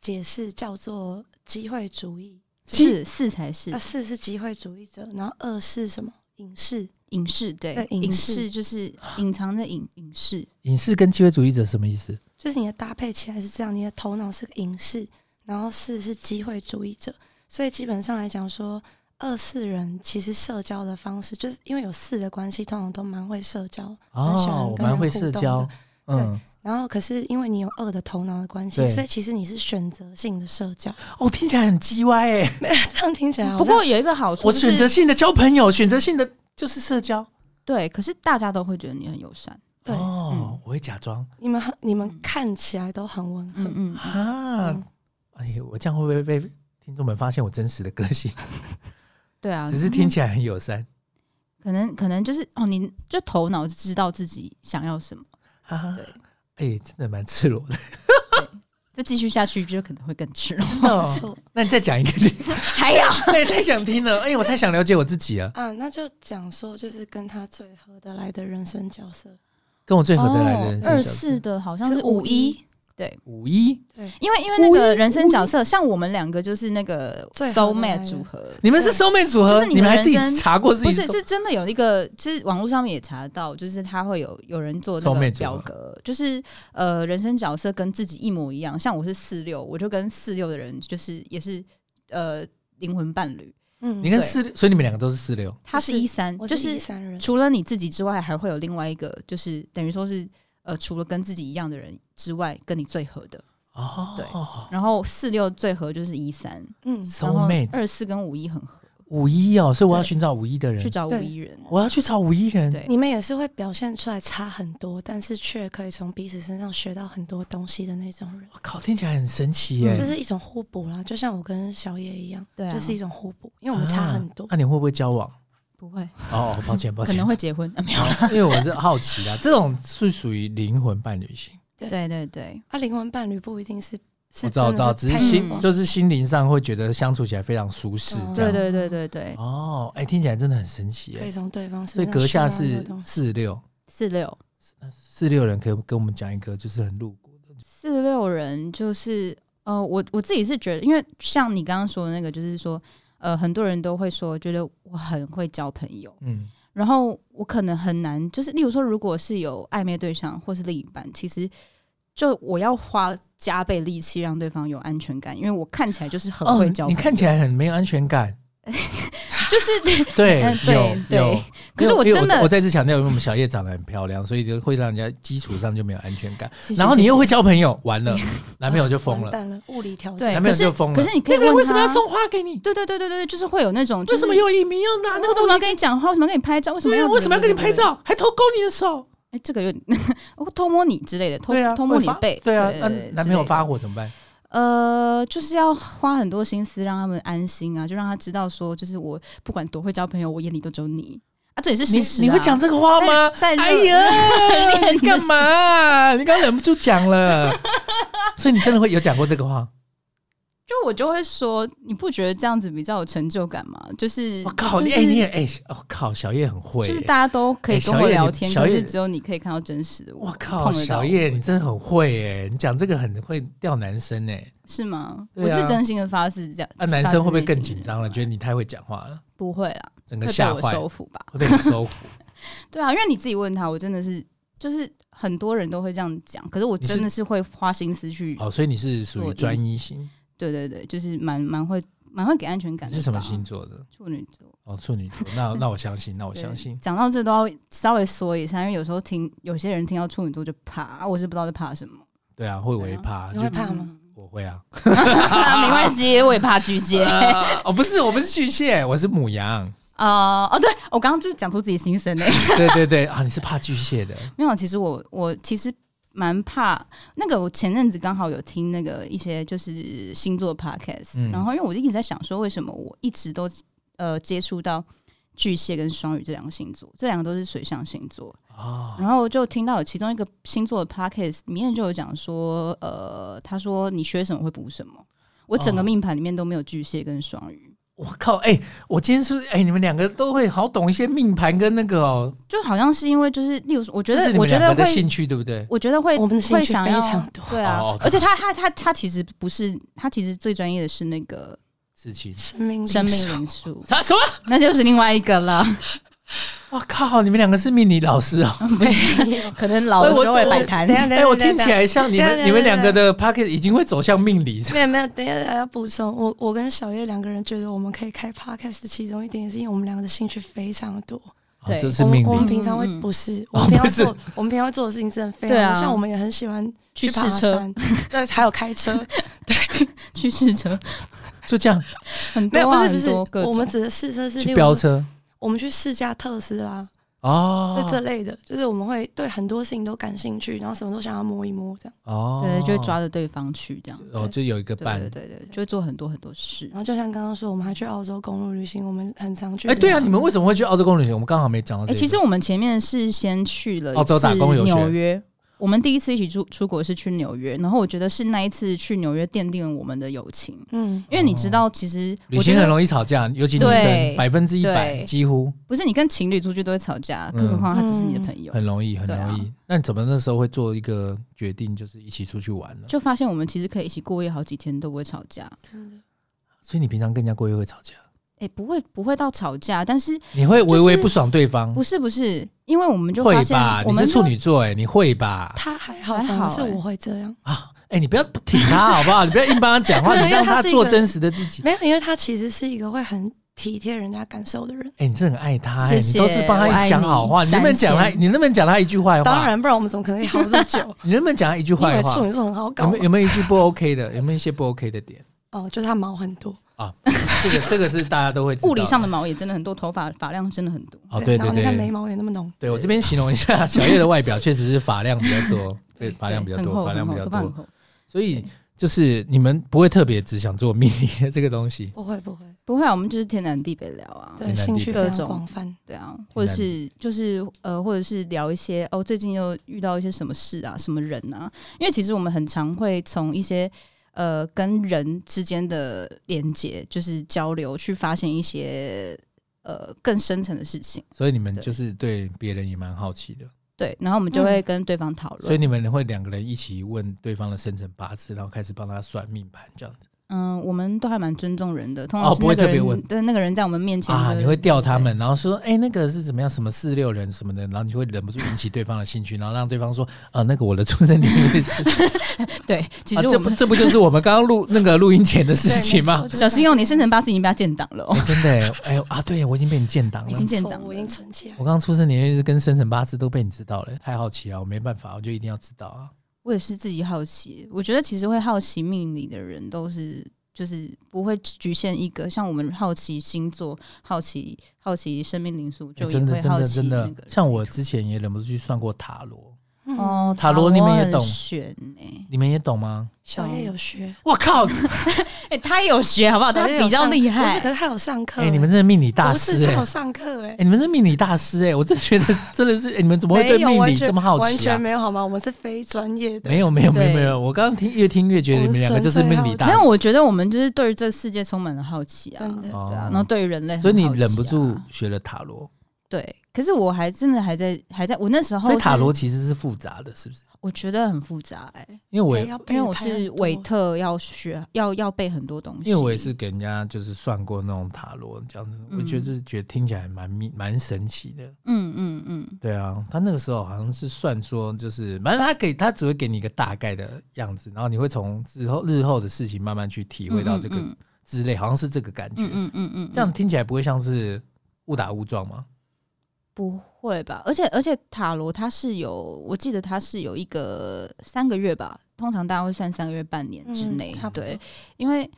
S3: 解释叫做机会主义，
S2: 是四才是
S3: 啊四是机会主义者，然后二是什么？影视
S2: 影视，对
S3: 对
S2: 影
S3: 影视
S2: 视就是隐藏的影影视，
S1: 影视跟机会主义者什么意思？
S3: 就是你的搭配起来是这样，你的头脑是个影视，然后四是机会主义者，所以基本上来讲说，二四人其实社交的方式，就是因为有四的关系，通常都蛮会社交，蛮喜
S1: 哦，
S3: 欢
S1: 我
S3: 跟
S1: 蛮
S3: 人
S1: 会
S3: 互
S1: 社
S3: 动
S1: 交
S3: 的。，
S1: 嗯，
S3: 然后可是因为你有二的头脑的关系
S1: 对，
S3: 所以其实你是选择性的社交， (laughs)
S1: 哦，听起来很鸡歪哎。
S3: 这样听起来好像
S2: 不过有一个好处
S1: 我
S2: 就是
S1: 选择性的交朋友，选择性的就是社交。
S2: 对，可是大家都会觉得你很友善。
S3: 对嗯
S1: 哦，我会假装
S3: 你们很你们看起来都很温和，
S2: 嗯嗯，嗯
S1: 啊
S3: 嗯。
S1: 哎呀，我这样会不会被听众们发现我真实的个性？
S3: 嗯
S2: 对啊，
S1: 只是听起来很友善。
S2: 可能可能就是哦，你就头脑知道自己想要什么。
S1: 哈哈
S2: 对，
S3: (laughs)
S1: 哎，真的蛮赤裸的。
S2: 再继续下去就可能会更赤裸。
S1: 哦
S3: 没错，
S1: 那你再讲一个， (laughs)
S2: 还有，
S1: 那也太想听了，哎、我太想了解我自己了，
S3: 啊，那就讲说就是跟他最合得来的人生角色，
S1: 跟我最合得来的人
S3: 哦
S1: 生
S2: 哦二
S1: 角色
S2: 四的好像
S3: 是
S2: 是五一
S3: 51，
S1: 五一，
S3: 对，
S2: 因为因为那个人生角色，像我们两个就是那个
S3: 最合
S2: soul
S3: 得来
S2: mate
S3: 的
S2: 组合，
S1: 你们是收妹组合，
S2: 就是
S1: 你
S2: 你们
S1: 们还自己
S2: 人生
S1: 查过自己
S2: 不是，
S1: soul-
S2: 就真的有一个，就是网络上面也查得到，就是他会有有人做那
S1: 双
S2: 个
S1: 面组合
S2: 表格，就是呃人生角色跟自己一模一样。像我是四六，我就跟四六的人就是也是呃灵魂伴侣，
S3: 嗯
S1: 你跟
S2: 对
S1: 四，所以你们两个都是四六，
S2: 他是
S3: 我是
S2: 一三，
S3: 我
S2: 就是是
S3: 第三人，
S2: 除了你自己之外，还会有另外一个，就是等于说是呃除了跟自己一样的人之外，跟你最合的。
S1: 哦，
S2: 对然后四六最合就是一三，
S3: 嗯，
S1: s
S2: 然
S1: o
S2: 后
S1: mate
S2: 二四跟五一很合，
S1: 五一哦，所以我要
S2: 对
S1: 寻找五一的
S2: 去
S1: 人，
S2: 找五
S3: 对
S2: 一人。
S1: 我要去找五一人，
S2: 对
S3: 你们也是会表现出来差很多，但是却可以从彼此身上学到很多东西的那种人，
S1: 我靠，听起来很神奇耶，
S2: 嗯
S3: 就是一种互补啦，就像我跟小野一样，
S2: 对啊，
S3: 就是一种互补，因为我们差很多
S1: 啊。那、你会不会交往？
S2: 不会， (laughs)
S1: 哦，抱歉，抱
S2: 可
S1: 歉，
S2: 能会
S1: (laughs)
S2: 结婚啊，没有。
S1: 哦因为我是好奇啊，这种是属于灵魂伴侣型，
S2: 对对对，
S3: 啊，灵魂伴侣不一定是是
S1: 我知道，我
S3: 真
S1: 知
S3: 的
S1: 道，
S3: 是
S1: 只是
S3: 配
S1: 心、
S3: 偶
S1: 就是心灵上会觉得相处起来非常舒适，
S3: 哦
S1: 这样
S2: 对对对对对，
S1: 哦，哎、听起来真的很神奇
S3: 可以
S1: 耶。
S3: 从对方身
S1: 所以
S3: 上
S1: 阁下
S3: 学到很多
S1: 是
S3: 东西
S1: 四六，
S2: 四六
S1: 四六人可以跟我们讲一个，就是很露骨的，
S2: 四六人就是呃，我我自己是觉得，因为像你刚刚说的那个，就是说呃，很多人都会说，觉得我很会交朋友，
S1: 嗯，
S2: 然后我可能很难，就是例如说，如果是有暧昧对象或是另一半，其实就我要花加倍力气让对方有安全感，因为我看起来就是很会交
S1: 哦你
S2: 朋友，
S1: 看起来很没有安全
S2: (laughs)
S1: 感，
S2: 就是
S1: (laughs) 对
S2: 嗯，对
S1: 有
S2: 对
S1: 有。
S2: 可
S1: 因
S2: 是
S1: 为
S2: 我
S1: 因为
S2: 真的
S1: 我再次强调，因为我们小叶长得很漂亮，所以就会让人家基础上就没有安全感。然后你又会交朋友，完
S2: 嗯
S1: 了， (laughs) 男朋友就疯
S3: 完
S1: 了，
S3: 蛋了，物理条
S2: 对，
S3: 件
S1: 男
S2: 可
S1: 朋友
S2: 是
S1: 就疯了。
S2: 可是你可以
S1: 那个人为
S2: 问
S1: 什么要
S2: 他
S1: 送花给你？
S2: 对对对对对对，就是会有那种，就
S1: 为
S2: 是
S1: 什么有影迷要拿那个
S2: 为
S1: 东
S2: 什么要
S1: 西？
S2: 跟你讲话？为什么要跟你拍照？为什么
S1: 对
S2: 要
S1: 啊为什么要跟你拍？
S2: 对对对对
S1: 照？还偷勾你的手？
S2: 哎，这个有点 (laughs) 我偷摸你之类的，偷
S1: 对啊，
S2: 偷摸
S1: 会
S2: 你
S1: 发
S2: 背。
S1: 对啊，
S2: 对
S1: 那
S2: 对对
S1: 男朋友
S2: 之类的
S1: 发火怎么办？
S2: 呃，就是要花很多心思让他们安心啊，就让他知道说，就是我不管多会交朋友，我眼里都只有你啊，这也是事实、啊
S1: 你你会讲这个话吗？
S2: 在在
S1: 哎
S2: 热 (laughs)
S1: 呀，
S2: 恋
S1: 你
S2: 的
S1: 干嘛啊？
S2: (laughs)
S1: 你刚刚忍不住讲了，所以你真的会有讲过这个话？
S2: 就我就会说，你不觉得这样子比较有成就感吗？就是
S1: 我靠，
S2: 就
S1: 你
S2: 是
S1: 哎你也哎，我靠，小叶很会
S2: 就是
S1: 耶。
S2: 大家都可以
S1: 哎
S2: 跟
S1: 小
S2: 我
S1: 叶
S2: 聊
S1: 你
S2: 天，
S1: 小
S2: 可
S1: 叶
S2: 是只有你可以看到真实的我。
S1: 我靠，
S2: 碰得到
S1: 小叶你真的很会哎，你讲这个很会钓男生哎。
S2: 是吗？
S1: 对
S2: 我
S1: 啊
S2: 是真心的发誓这样。
S1: 那男生会不会更紧
S2: 发
S1: 张
S2: 自
S1: 了？
S2: 内
S1: 觉
S2: 心
S1: 得你太会讲话了，
S2: 不会啦，
S1: 整
S2: 会
S1: 个
S2: 被
S1: 吓
S2: 我
S1: 坏，
S2: 收服吧？
S1: 会被你
S2: (laughs)
S1: 收服。
S2: 对啊，因为你自己问他，我真的是就是很多人都会这样讲，可是我
S1: 你是
S2: 真的是会花心思去。
S1: 哦，所以你是属于
S2: 我
S1: 专一型。
S2: 对对对，就是蛮蛮会蛮会给安全感
S1: 你
S2: 的。
S1: 是什么星？座的？
S2: 处女座。
S1: 哦，处女座。那那我相信，那我
S2: 对
S1: 相信。
S2: 讲到这都要稍微说一下，因为有时候听有些人听到处女座就怕，啊我是不知道在怕
S1: (laughs)
S2: 什么。
S1: 对啊，会
S2: 对啊
S1: 为怕，
S3: 你
S1: 就
S3: 会怕吗？
S1: 我会啊。
S2: 没关系，我也怕巨蟹。
S1: 呃哦，不是，我不是巨蟹，我是母羊。
S2: 啊哦，对我刚刚就讲出自己心声嘞。 (laughs)
S1: 对对对啊，你是怕巨蟹的。
S2: 没有，其实我我其实蛮怕那个。我前阵子刚好有听那个一些就是星座 podcast，、
S1: 嗯
S2: 然后因为我就一直在想说，为什么我一直都呃接触到巨蟹跟双鱼这两个星座，这两个都是水象星座。
S1: 哦，
S2: 然后就听到有其中一个星座的 podcast 里面就有讲说，呃，他说你缺什么会补什么。我整个
S1: 哦
S2: 命盘里面都没有巨蟹跟双鱼，
S1: 我靠，哎，我今天是不是哎，你们两个都会好懂一些命盘跟那个哦，
S2: 就好像是因为就是，例如说，我觉
S1: 这是
S2: 得
S1: 你
S2: 我
S1: 们
S2: 觉
S1: 两
S2: 得
S1: 个的
S2: 会
S1: 兴，趣对不对？
S2: 我觉得会
S3: 我们的兴
S2: 会
S3: 趣
S2: 想要
S3: 非常多，
S2: 对啊，
S1: 哦
S2: 而且他他他他其实不是，他其实最专业的是那个
S1: 事情。
S3: 生命力
S2: 生命灵数，
S1: 啥什么？
S2: 那就是另外一个
S3: (laughs)
S2: 了。
S1: 我靠！你们两个是命理老师哦。
S2: 可能老
S1: 哎
S2: 的
S1: 我
S2: 时候会
S1: 我
S2: 摆摊
S3: 等一。下
S1: 哎，我听起来像你
S3: 等一
S1: 们
S3: 下
S1: 你们两个
S3: 等
S1: 的 p o c k e t 已经会走向命理。
S3: 没有没有，等一下要补充，我我跟小月两个人觉得我们可以开 podcast，的其中一点也是因为我们两个的兴趣非常多。
S1: 哦
S2: 对
S1: 这是
S3: 我
S1: 命
S3: 们我们
S1: 理。
S3: 平常会
S2: 嗯嗯
S3: 不是，
S1: 哦
S3: 我们平
S1: 不
S3: 常
S1: 是
S3: 做我们平常做的事情真的非
S2: 对
S3: 常
S2: 啊
S3: 多，像我们也很喜欢
S2: 去
S3: 爬
S2: 试车
S3: 山，对，还有开车，
S2: 去试车，
S1: 就这样
S2: 很
S3: 没
S2: 多
S3: 有不
S2: 啊
S3: 是不
S2: 很
S3: 是
S2: 多，各
S3: 我
S2: 种
S3: 们指的试车是例
S1: 去
S3: 如
S1: 飙
S3: 说
S1: 车
S3: 我们去试驾特斯拉，
S1: 哦
S3: 就这类的，就是我们会对很多事情都感兴趣，然后什么都想要摸一摸这样。
S1: 哦，
S2: 对，就会抓着对方去这样。
S1: 哦，就有一个
S2: 对对
S1: 伴。
S2: 对对，对就会做很多很多事
S3: 然。后就像刚刚说，我们还去澳洲公路旅行，我们很常去。
S1: 哎，对啊，你们为什么会去澳洲公路旅行？我们刚好没讲到这
S2: 哎，
S1: 个。
S2: 其实我们前面是先去了一
S1: 澳洲打
S2: 次
S1: 工游学
S2: 纽约，我们第一次一起出出国是去纽约，然后我觉得是那一次去纽约奠定了我们的友情，
S3: 嗯，
S2: 因为你知道，其实
S1: 哦旅
S2: 我觉
S1: 行很
S2: 得
S1: 容易吵架，尤其女生
S2: 对
S1: 百分之一百
S2: 对
S1: 几乎
S2: 不是你跟情侣出去都会吵架，
S1: 嗯
S2: 更何况他只是你的朋友，
S1: 很容易，很
S2: 对啊
S1: 容易。那你怎么那时候会做一个决定，就是一起出去玩呢？
S2: 就发现我们其实可以一起过夜好几天都不会吵架，
S3: 真的，
S1: 所以你平常跟人家过夜会吵架，
S2: 哎、不会不会到吵架，但是
S1: 你会微微
S2: 就是
S1: 不爽对方，
S2: 不是不是，因为我们就发
S1: 会
S2: 现
S1: 吧？
S2: 我
S1: 你
S2: 们
S1: 是处
S2: 就
S1: 女座哎、你会吧？
S3: 他还好，
S2: 啊还
S3: 反
S2: 好
S3: 而是
S2: 欸
S3: 我会这样，
S1: 啊，哎、你不要挺他好不好？你不要硬帮他讲话，
S3: 对
S1: 你让
S3: 因为
S1: 他
S3: 他是一
S1: 做
S3: 个
S1: 真实的自己。
S3: 没有，因为他其实是一个会很体贴人家感受的人。
S1: 哎、你真的很爱他、哎，
S2: 谢谢
S1: 你都是帮
S2: 我爱
S1: 他
S2: 你
S1: 讲好话，你能不能讲他？
S2: 三千
S1: 你能不能讲他一句坏话？
S3: 当，然，不然我们怎么可能可以好这么久？
S1: (laughs) 你能不能讲他一句
S3: 你以
S1: 坏
S3: 为
S1: 话
S3: 处？女座很好搞
S1: 有
S3: 吗
S1: 没有有没有一句不 OK 的？有没有一些不 OK 的点？
S3: 哦，就是他毛很多，
S1: 这个这个是大家都会知道
S2: 物理上的毛也真的很多，头发发量真的很多。
S1: 哦，对
S3: 然
S1: 对
S3: 后你看眉
S1: 对，
S3: 毛也那么浓，
S1: 对我这边形容一下，小叶的外表确实是发量比较多，对，发量比较
S2: 对很
S1: 多，
S2: 厚
S1: 发量比较
S2: 很厚头发很
S1: 多，
S2: 厚
S1: 所以就是你们不会特别只想做命理的这个东西，
S3: 不会不会，
S2: 不会啊，我们就是天南地北聊啊，
S3: 对，
S1: 天南
S3: 兴
S1: 地
S3: 趣
S2: 北各
S3: 非常
S2: 种
S3: 广泛，
S2: 对啊，或者是就是呃，或者是聊一些哦，最近又遇到一些什么事啊，什么人啊？因为其实我们很常会从一些呃跟人之间的连接，就是交流，去发现一些呃更深层的事情。
S1: 所以你们
S2: 对
S1: 就是对别人也蛮好奇的，
S2: 对，然后我们就会跟对方讨
S1: 所以
S2: 论。
S1: 你们会两个人一起问对方的生辰八字，然后开始帮他算命盘这样子
S2: 嗯、我们都还蛮尊重人的，通
S1: 哦
S2: 常是
S1: 不会
S2: 那
S1: 特
S2: 个
S1: 别
S2: 人
S1: 问
S2: 对那个人在我们面前
S1: 啊，
S2: 就
S1: 你会吊他们，然后说，哎，那个是怎么样，什么四六人什么的，然后你会忍不住引起对方的兴趣，然后让对方说，呃，那个我的出生年
S2: (laughs)
S1: 月是，
S2: 对。其
S1: 啊
S2: 实
S1: 这
S2: 我
S1: 不
S2: 们、
S1: 这不就是我们刚刚录那个录音前的事
S3: 对
S1: 情
S2: (laughs)
S1: 吗？？
S2: 小心哦，你生辰八字已经被他建档了、哦
S1: 哎、。真的哎、哎呦啊，对我已经被你建档
S2: 已
S1: 了
S2: 经。建
S3: 见
S2: 档了
S3: 嗯
S2: 哦
S3: 我已经存起来
S1: 我。刚刚出生年月日跟生辰八字都被你知道了，太好奇了，我没办法，我就一定要知道啊。
S2: 我也是自己好奇，我觉得其实会好奇命理的人都是就是不会局限一个，像我们好奇星座、好奇好奇生命灵数，
S1: 哎
S2: 就也
S1: 真的
S2: 会
S1: 真
S2: 好
S1: 的
S2: 奇
S1: 真
S2: 那
S1: 的
S2: 个，
S1: 像我之前也忍不住去算过塔罗，
S3: 嗯
S2: 哦，
S1: 塔罗你们也
S2: 很
S1: 懂
S2: 玄
S3: 欸
S2: 哎、
S1: 你们也懂吗？
S3: 小叶有学，
S1: 我靠，
S2: 哎、他也有学好不好？他
S3: 小叶有
S2: 比较
S3: 上
S2: 厉
S3: 不是，可
S2: 害，
S3: 是他有上课
S1: (laughs) 哎、
S3: 欸，
S1: 你们真的命理大
S3: 不是
S1: 师
S3: 他
S1: 哎、
S3: 有上课哎
S1: 哎、。你们是命理大师哎、我真的觉得真的是、哎你们怎么会
S3: 没
S1: 对
S3: 有
S1: 命理
S3: 完全
S1: 这么好
S3: 完
S1: 奇啊
S3: 全？没有好吗？我们是非专业的，
S1: 没有没有没有
S2: 对
S1: 没有，我刚刚听越听越觉得你们两个就是命理大
S2: 没
S1: 师
S2: 有，，我觉得我们就是对于这世界充满了好奇啊，
S3: 真的
S1: 哦
S2: 对啊，然后对于人类很好
S1: 所以
S2: 奇
S1: 你
S2: 啊、
S1: 忍不住学了塔罗，
S2: 对。可是我还真的还在还在我那时候
S1: 所以塔
S2: 是
S1: 罗其实是复杂的，是不是？
S2: 我觉得很复杂哎、
S1: 因为我
S3: 哎
S1: 也
S3: 要
S2: 因为
S3: 背
S2: 我
S3: 拍
S2: 是
S3: 很多
S2: 韦特要学要要背很多东西，
S1: 因为我也是给人家就是算过那种塔罗这样子，
S2: 嗯
S1: 我就是觉得听起来蛮密蛮神奇的。
S2: 嗯嗯嗯，
S1: 对啊，他那个时候好像是算说，就是反正他给他只会给你一个大概的样子，然后你会从之后日后的事情慢慢去体会到这个
S2: 嗯
S1: 之类，好像是这个感觉。
S2: 嗯嗯嗯嗯，
S1: 这样听起来不会像是误打误撞吗？
S2: 不会吧？而且而且塔罗它是有，我记得它是有一个三个月吧，通常大家会算三个月、半年之
S3: 嗯
S2: 内，
S3: 差不多
S2: 对，因为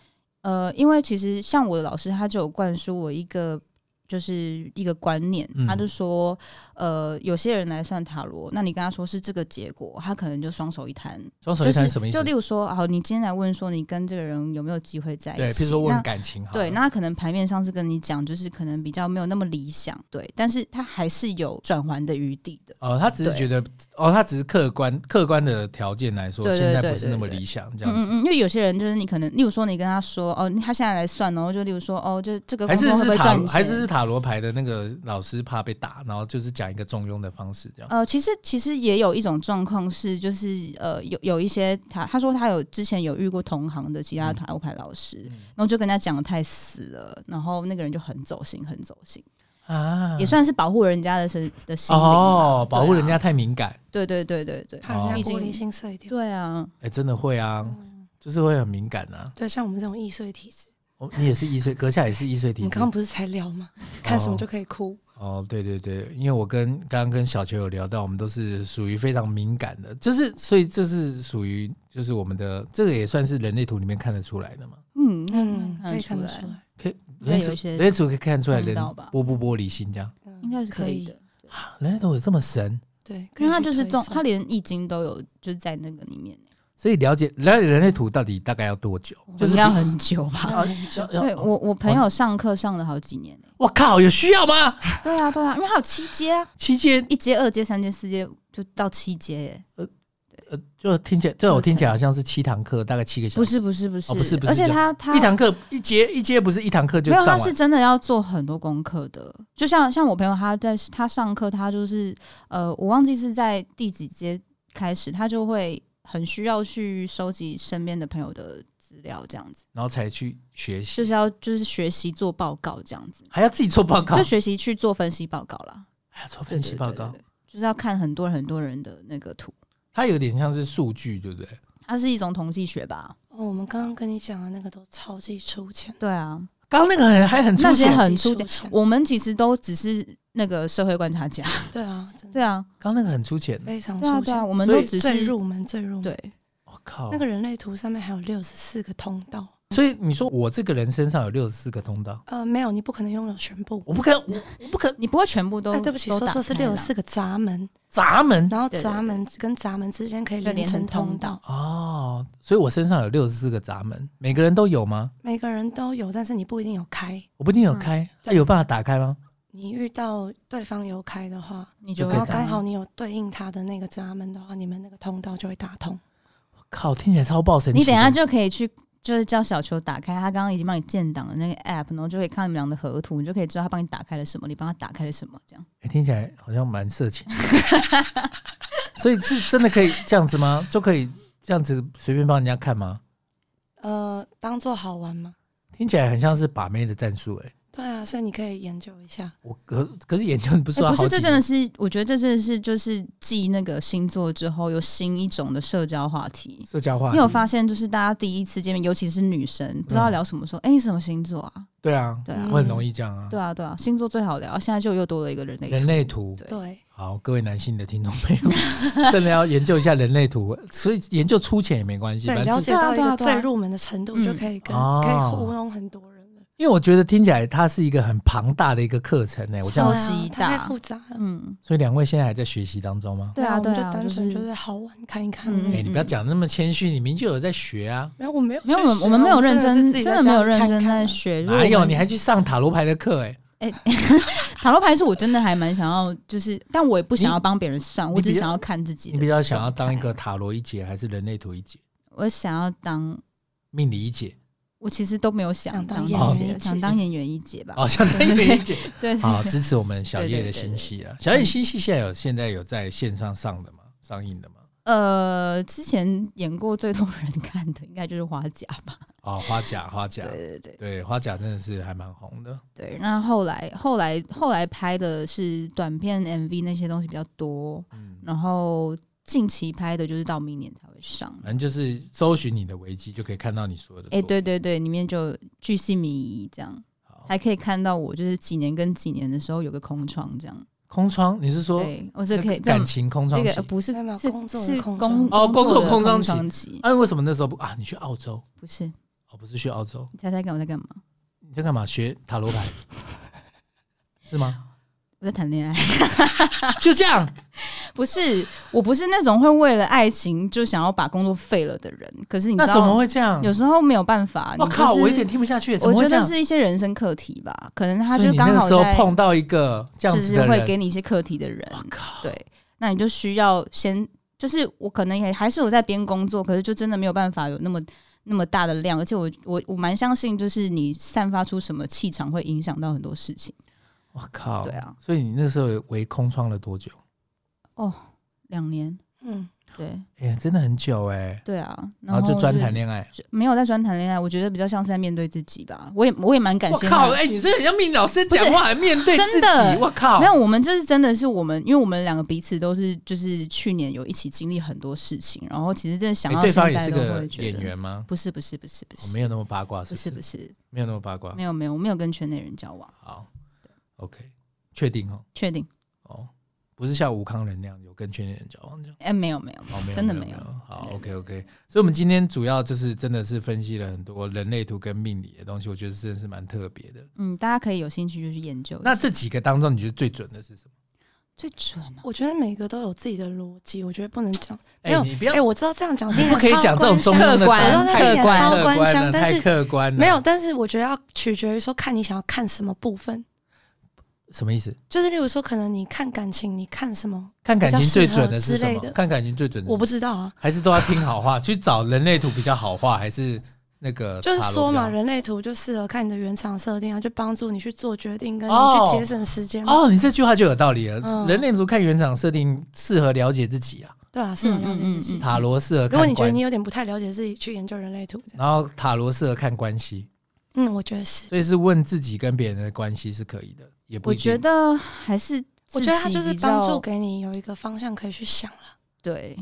S2: 呃，因为其实像我的老师他就有灌输我一个。就是一个观念，
S1: 嗯
S2: 他就说，呃，有些人来算塔罗，那你跟他说是这个结果，他可能就双手一摊，
S1: 双手
S2: 就
S1: 一摊
S2: 是
S1: 是什么意思？
S2: 就例如说，好，你今天来问说你跟这个人有没有机会在一起？
S1: 对，譬如说
S2: 那
S1: 问感情好了，
S2: 对，那他可能牌面上是跟你讲，就是可能比较没有那么理想，对，但是他还是有转圜的余地的。
S1: 哦，他只是
S2: 对
S1: 觉得哦，他只是客观客观的条件来说，
S2: 对对
S1: 现在
S2: 对
S1: 不是那么
S2: 对对
S1: 理想这
S2: 嗯
S1: 样子。
S2: 嗯嗯，因为有些人就是你可能，例如说你跟他说哦，他现在来算，然后就例如说哦，就这个
S1: 还
S2: 方
S1: 是
S2: 法会不
S1: 是
S2: 会
S1: 塔
S2: 赚
S1: 罗，
S2: 钱？
S1: 还是是塔罗牌的那个老师怕被打，然后就是讲一个中庸的方式这样。
S2: 呃，其实其实也有一种状况是，就是呃，有有一些他他说他有之前有遇过同行
S1: 嗯
S2: 的其他塔罗牌老师，然后就跟他讲的太死了，然后那个人就很走心，很走心，
S1: 啊
S2: 嗯也算是保护人家的身的心灵啦
S1: 哦，保护
S2: 对啊
S1: 人家太敏感，
S2: 对对对对对，
S3: 怕人
S1: 哦
S3: 家玻璃心碎掉。
S2: 对啊，
S1: 哎、真的会啊，就是会很敏感啊。
S3: 对，像我们这种易碎体质，
S1: 哦，你也是易碎，阁下也是易碎
S3: 我
S1: 体
S3: 们
S1: 质
S3: 刚。刚不是才聊吗？看什么就可以哭，
S1: 哦，对对对，因为我跟刚刚跟小球有聊到，我们都是属于非常敏感的，就是所以这是属于就是我们的这个也算是人类图里面看得出来的嘛。
S2: 嗯
S3: 嗯，可以
S2: 看
S3: 看
S2: 得
S3: 得
S2: 出
S3: 出
S2: 来，
S3: 来，
S2: 对
S1: 人类图
S2: 有一些
S1: 人类图可以看出来
S2: 看得
S1: 人
S2: 到吧
S1: 玻不玻璃心这样，
S3: 嗯
S2: 应该是
S3: 可
S2: 可以的。。
S1: 啊人类图有这么神，
S3: 对，可以
S2: 因为它
S3: 去
S2: 就是
S3: 推
S2: 中，
S3: 算
S2: 它连易经都有，就是在那个里面，
S1: 所以了解了解人类图到底大概要多久？就是
S2: 要很久 (laughs) 吧。
S1: 啊，
S2: 对
S1: 要
S2: 我，我朋友上课上了好几年欸
S1: 我靠，有需要吗？
S2: 对啊，对啊，因为它有七阶啊，
S1: 期间
S2: 一阶、二阶、三阶、四阶，就到七阶耶。
S1: 呃，就听起来，这我
S3: 课
S1: 听起来
S3: 程
S1: 好像是七堂课，大概七个小时。
S2: 不是不是不是，
S1: 哦不是不是
S2: 而且
S1: 这
S2: 他他
S1: 一堂课一节一节不是一堂课就
S2: 嗯没有，
S1: 上
S2: 他是
S1: 完，
S2: 真的要做很多功课的。就像像我朋友，他在他上课，他就是呃，我忘记是在第几节开始，他就会很需要去收集身边的朋友的资料，这样子，
S1: 然后才去学
S2: 就
S1: 习，
S2: 是要就是学习做报告这样子，
S1: 还要自己做报告
S2: 就，学习去做分析报告啦，
S1: 还要做
S2: 对
S1: 分析报，
S2: 对
S1: 告
S2: 对对，对就是要看很多很多人的那个图，
S1: 它有点像是数据，对不对？
S2: 它是一种统计学吧？
S3: 哦，我们刚刚跟你讲的那个都超级出钱，
S2: 对啊，
S1: 刚刚那个很还很粗
S2: 那些
S1: 浅，
S2: 很
S3: 超级
S2: 粗
S3: 出
S2: 钱
S3: 钱，
S2: 我们其实都只是那个社会观察家，
S3: 对啊，真的
S2: 对啊，
S1: 刚刚那个很粗浅，
S3: 非常
S2: 对啊，
S3: 出
S2: 对啊，
S3: 钱。
S2: 我们
S1: 所
S2: 都
S1: 以
S2: 只
S3: 最
S2: 是
S3: 入门，最入门。
S2: 对。
S1: 我靠
S3: 那！个人类图上面还有六十四个通道。
S1: 所以你说我这个人身上有六十四个通道，
S3: 呃，没有，你不可能拥有全部。
S1: 我不可我我不可
S2: 你不会全部都、
S3: 哎，对不起，
S2: 都
S3: 说
S2: 打
S3: 错是
S2: 开
S3: 六
S2: 啦
S3: 十四个闸门，
S1: 闸门
S3: 然后
S2: 对对
S3: 闸门跟闸门之间可以
S2: 就连
S3: 连成
S2: 成通
S3: 通
S2: 道
S3: 道。
S1: 哦，所以我身上有六十四个闸门，每个人都有吗？
S3: 每个人都有，但是你不一定有开。
S1: 我不一定
S2: 嗯
S1: 有开，那、有办法打开吗？
S3: 你遇到对方有开的话，
S2: 你就
S1: 就可
S2: 会
S3: 然
S1: 以
S3: 后
S1: 打
S3: 刚
S2: 开
S3: 好你有对应他的那个闸门的话，你们那个通道就会打通。
S1: 靠，听起来超爆神奇的！
S2: 你等一下就可以去，就是叫小球打开，他刚刚已经帮你建档的那个 app，然后就可以看你们俩的合图，你就可以知道他帮你打开了什么，你帮他打开了什么，这样。
S1: 欸听起来好像蛮色情的， (laughs) 所以是真的可以这样子吗？就可以这样子随便帮人家看吗？
S3: 呃，当做好玩吗？
S1: 听起来很像是把妹的战术哎、
S3: 对啊，所以你可以研究一下。
S1: 我可可是研究你不是说
S2: 诶
S1: 好
S2: 哎不
S1: 几、
S2: 是，这真的是，我觉得这真的是就是继那个星座之后，有新一种的社交话题。
S1: 社交化？
S2: 因为我发现，就是大家第一次见面，尤其是女生，不知
S1: 嗯
S2: 道聊什么，说：“哎、你什么星座啊
S1: 对啊？”，
S2: 对啊，
S1: 我很容易这样啊。
S2: 对啊，对啊，星座最好聊。现在就又多了一个人类图，
S1: 人类图，
S2: 对
S3: 对，
S1: 好，各位男性的听众朋友， (laughs) 真的要研究一下人类图，所以研究粗浅也没关系，
S3: 对，
S1: 反
S3: 了
S1: 正
S3: 解
S1: 自
S2: 对啊
S3: 到一
S2: 对啊
S3: 个
S2: 对啊
S3: 最入门的程度，
S2: 嗯
S3: 就可以跟
S1: 哦
S3: 可以糊弄很多人了。
S1: 因为我觉得听起来它是一个很庞大的一个课程哎、我这
S2: 超
S1: 样，
S3: 对啊
S2: 级
S3: 它
S2: 大
S3: 太复杂了。
S2: 嗯，
S1: 所以两位现在还在学习当中吗？
S2: 对啊，
S3: 我们
S2: 对
S3: 就
S2: 啊，
S3: 单纯
S2: 是
S3: 就是好玩看一看。
S2: 嗯
S1: 哎、你不要
S2: 嗯
S1: 讲那么谦虚，你明明就有在学啊。
S3: 没有，我没有去
S2: 没
S3: 学
S2: 有，
S3: 啊，
S2: 我们我们没有认真，
S3: 真
S2: 真的没有认真在学。
S3: 学。
S2: 如果
S1: 哪
S2: 我
S1: 有？
S2: 们
S1: 你还去上塔罗牌的课哎、
S2: 塔罗牌是我真的还蛮想要，就是，但我也不想要帮别人算，
S1: 你
S2: 我只
S1: 比
S2: 是
S1: 较
S2: 想要看自己。
S1: 你比较想要当一个，塔罗一姐还是人类图一姐、
S2: 我想要当，
S1: 命理一姐？
S2: 我其实都没有想
S3: 想当
S2: 当
S3: 演
S1: 员
S2: 姐
S3: 一
S2: 想
S3: 姐
S2: 当演员一姐吧。
S1: 哦，想当命理一
S2: (laughs)
S1: 姐。
S2: 对，
S1: 好，支持我们小
S2: 对对
S1: 叶的
S2: 对对
S1: 新戏啊！小叶新戏现在有现在有在线上上的吗？上映的吗？
S2: 呃，之前演过最多人看的应该就是花甲吧。
S1: 哦，花甲，花甲
S2: 对，对对
S1: 对，花甲真的是还蛮红的。
S2: 对。那后来后来后来拍的是短片、MV 那些东西比较多，
S1: 嗯，
S2: 然后近期拍的就是到明年才会上。
S1: 反正就是搜寻你的维基就可以看到你所有的。
S2: 哎、，对对对，里面就巨细靡遗这样。
S1: 好，
S2: 还可以看到我就是几年跟几年的时候有个空窗这样。
S1: 空窗，你是说
S2: 对，我
S1: 那
S2: 是
S1: 哦个
S2: 可以这
S1: 感
S2: 样。
S1: 情空
S2: 这
S1: 窗
S2: 个
S1: 期
S2: 呃？不是
S3: 没有没有
S2: 是
S3: 工作的
S2: 是
S3: 空
S1: 窗
S2: 工
S1: 哦工
S2: 作
S1: 作
S2: 的
S1: 空
S2: 窗
S1: 窗期
S2: 期。
S1: 啊，为什么那时候不啊？你去澳洲？
S2: 不是，
S1: 哦，不是去澳洲，
S2: 你猜猜看我在干嘛？
S1: 你在干嘛？学塔
S2: (laughs)
S1: 罗牌是吗？
S2: 我在谈恋爱。 (laughs)
S1: 就这样。
S2: 不是，我不是那种会为了爱情就想要把工作废了的人。可是你
S1: 那
S2: 知
S1: 怎么
S2: 道，
S1: 会这样？
S2: 有时候没有办法。
S1: 我
S2: 你就
S1: 靠，我有
S2: 是
S1: 点听不下去，怎
S2: 我
S1: 么会
S2: 觉
S1: 这
S2: 得
S1: 样？
S2: 是一些人生课题吧，可能他
S1: 所以
S2: 就
S1: 你
S2: 刚
S1: 那
S2: 好
S1: 个时候
S2: 在
S1: 碰到一个这样
S2: 就
S1: 子
S2: 是
S1: 的
S2: 会给
S1: 人，
S2: 你一些课题的人。
S1: 我靠，
S2: 对，那你就需要先，就是我可能也还是有在边工作，可是就真的没有办法有那么那么大的量，而且我我我蛮相信，就是你散发出什么气场会影响到很多事情。
S1: 我靠，
S2: 对啊，
S1: 所以你那时候有围空窗了多久？
S2: 两年，
S3: 嗯，
S2: 对
S1: 哎、真的很久哎、
S2: 对啊，
S1: 然后就专谈
S2: 爱。
S1: 恋爱。
S2: 就没有在专谈恋爱，我觉得比较像是在面对自己吧。我也我也蛮感
S1: 我
S2: 谢
S1: 靠，
S2: 他，
S1: 哎、你这很像命理老师
S2: 是
S1: 讲话，还面对自
S2: 真的
S1: 己。我靠，
S2: 没有，我们就是真的是我们，因为我们两个彼此都是就是去年有一起经历很多事情，然后其实真的想
S1: 哎
S2: 到
S1: 对
S2: 现
S1: 方也
S2: 在
S1: 是
S2: 都
S1: 个
S2: 会觉得
S1: 演员吗？
S2: 不是不是不是不
S1: 我
S2: 是
S1: 没有那么八卦，是不
S2: 不
S1: 是？
S2: 是不是
S1: 没有那么八卦
S2: 没。有没有，我没有跟圈内人交往，
S1: 好，OK，确定哦，
S2: 确定？
S1: 哦，不是像吴康仁那样有跟圈内人交往这样。
S2: 哎、没有没有，
S1: 哦，没有，
S2: 真的
S1: 没
S2: 没有
S1: 有。好
S2: 对
S1: ，OK OK，所以我们今天主要就是真的是分析了很多人类图跟命理的东西，我觉得真的是蛮特别的。
S2: 嗯，大家可以有兴趣就去研究一下。
S1: 那这几个当中，你觉得最准的是什么？
S2: 最准啊！
S3: 我觉得每个都有自己的逻辑，我觉得不能讲。没
S1: 哎、
S3: 有
S1: 你不
S3: 哎、
S1: 要、
S3: 我知道这样讲听起来
S1: 不可以
S3: 超
S1: 讲这种
S3: 官
S1: 中
S3: 腔
S2: 客
S1: 庸的
S2: 观
S1: 答案
S2: 客
S1: 太
S2: 观
S1: 客
S3: 超官腔
S1: 了
S3: 但
S1: 太
S3: 是
S1: 客观了。
S3: 没有，但是我觉得要取决于说看你想要看什么部分。
S1: 什么意思？
S3: 就是例如说，可能你看感情，你看什么？
S1: 看感情最准的
S3: 比较适
S1: 是
S3: 合之
S1: 什
S3: 类
S1: 么？
S3: 的
S1: 看感情最准的是
S3: 我不知道啊，
S1: 还是都要听好话，去找人类图比较好话，还是那个
S3: 就是
S1: 呃塔罗
S3: 说嘛，
S1: 比较
S3: 人类图就适合看你的原厂设定啊，就帮助你去做决定，跟你
S1: 哦
S3: 去节省时间嘛。
S1: 好哦，你这句话就有道理了。
S3: 嗯
S1: 人类图看原厂设定适合了解自己啊，
S3: 对啊，适合了解自己。
S2: 嗯嗯嗯
S1: 塔罗适合
S3: 如果
S1: 看
S3: 你觉得
S1: 关
S3: 你，有点不太了解自己，去研究人类图，这样
S1: 然后塔罗适合看关系，
S3: 嗯，我觉得是。
S1: 所以是问自己跟别人的关系是可以的，也不
S2: 我
S1: 一定
S2: 觉得还是
S3: 我
S2: 自
S3: 觉得它
S2: 己
S3: 就是
S2: 比较
S3: 帮助给你有一个方向可以去想啊了
S2: 对，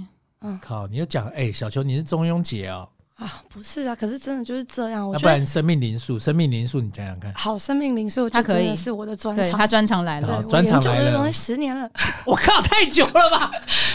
S1: 靠，你就讲哎、小球你是中庸姐哦，
S3: 啊，不是啊，可是真的就是这样。我
S1: 那
S3: 觉
S1: 啊不
S3: 得
S1: 然生命灵数，生命灵数你讲讲看，
S3: (laughs) 好生命灵数，
S2: 它可以
S3: 真的是我的专
S2: 对
S3: 长。
S2: 他专场来
S1: 好
S2: 了，
S3: 对，我
S1: 专
S3: 研
S1: 长
S3: 究
S1: 来
S3: 这
S1: 了
S3: 东西十年了，
S1: 我靠，太久了吧？ (laughs)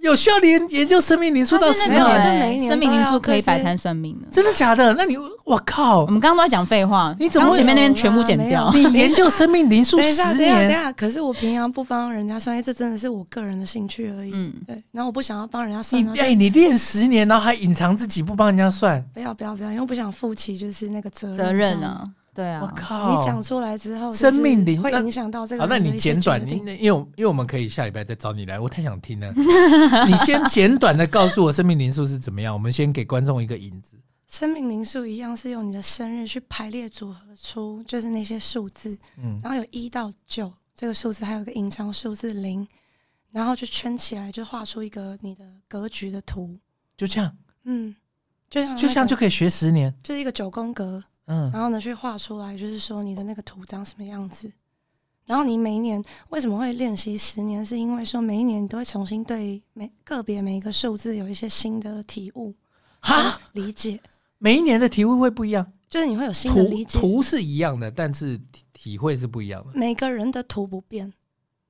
S1: 有需要研研究生命灵数到
S3: 它
S1: 十
S3: 是那
S2: 没有
S3: 个
S1: 年？
S2: 欸
S3: 就每一年
S2: 生命
S3: 都
S2: 因
S3: 要
S2: 素可以
S3: 就是
S2: 摆摊算命的。
S1: 真的假的？那你我靠
S2: 我，们刚刚都在讲废话，
S1: 你怎么
S2: 刚
S1: 会
S2: 前面那边
S3: 有
S2: 全部
S3: 啦
S2: 剪
S3: 没
S2: 掉
S3: 有？
S1: 你研究生命灵数
S3: 等一下，
S1: 十
S3: 等一下，等一
S1: 年，
S3: 下。可是我平常不帮人家算，因为这真的是我个人的兴趣而已。
S2: 嗯，
S3: 对，然后我不想要帮人家算，然后
S1: 你
S3: 就
S1: 哎，你练十年，然后还隐藏自己不帮人家算，
S3: 不要不要不要，因为我不想负起就是那个责任。
S2: 责任！啊，对
S1: 我
S2: 啊，
S1: 靠！
S3: 你讲出来之后，
S1: 哦生命灵
S3: 会
S1: 那
S3: 影响到这个
S1: 好，那
S3: 人的
S1: 你
S3: 一些
S1: 简短，
S3: 决
S1: 你
S3: 定
S1: 因为我因为我们可以下礼拜再找你来，我太想听了。 (laughs) 你先简短的告诉我生命灵数是怎么样，我们先给观众一个引子。
S3: 生命灵数一样是用你的生日去排列组合出，就是那些数字，
S1: 嗯，
S3: 然后有一到九这个数字，还有一个隐藏数字零，然后就圈起来，就画出一个你的格局的图。
S1: 就这样，
S3: 嗯，就像、那个、
S1: 就这样就可以学十年。
S3: 就是一个九宫格，
S1: 嗯，
S3: 然后呢去画出来，就是说你的那个图长什么样子。然后你每一年为什么会练习十年？是因为说每一年你都会重新对每个别每一个数字有一些新的体悟、
S1: 哈，
S3: 理解，
S1: 每一年的题目会不一样，
S3: 就是你会有新的
S1: 图
S3: 理解。
S1: 图是一样的，但是体体会是不一样的。
S3: 每个人的图不变，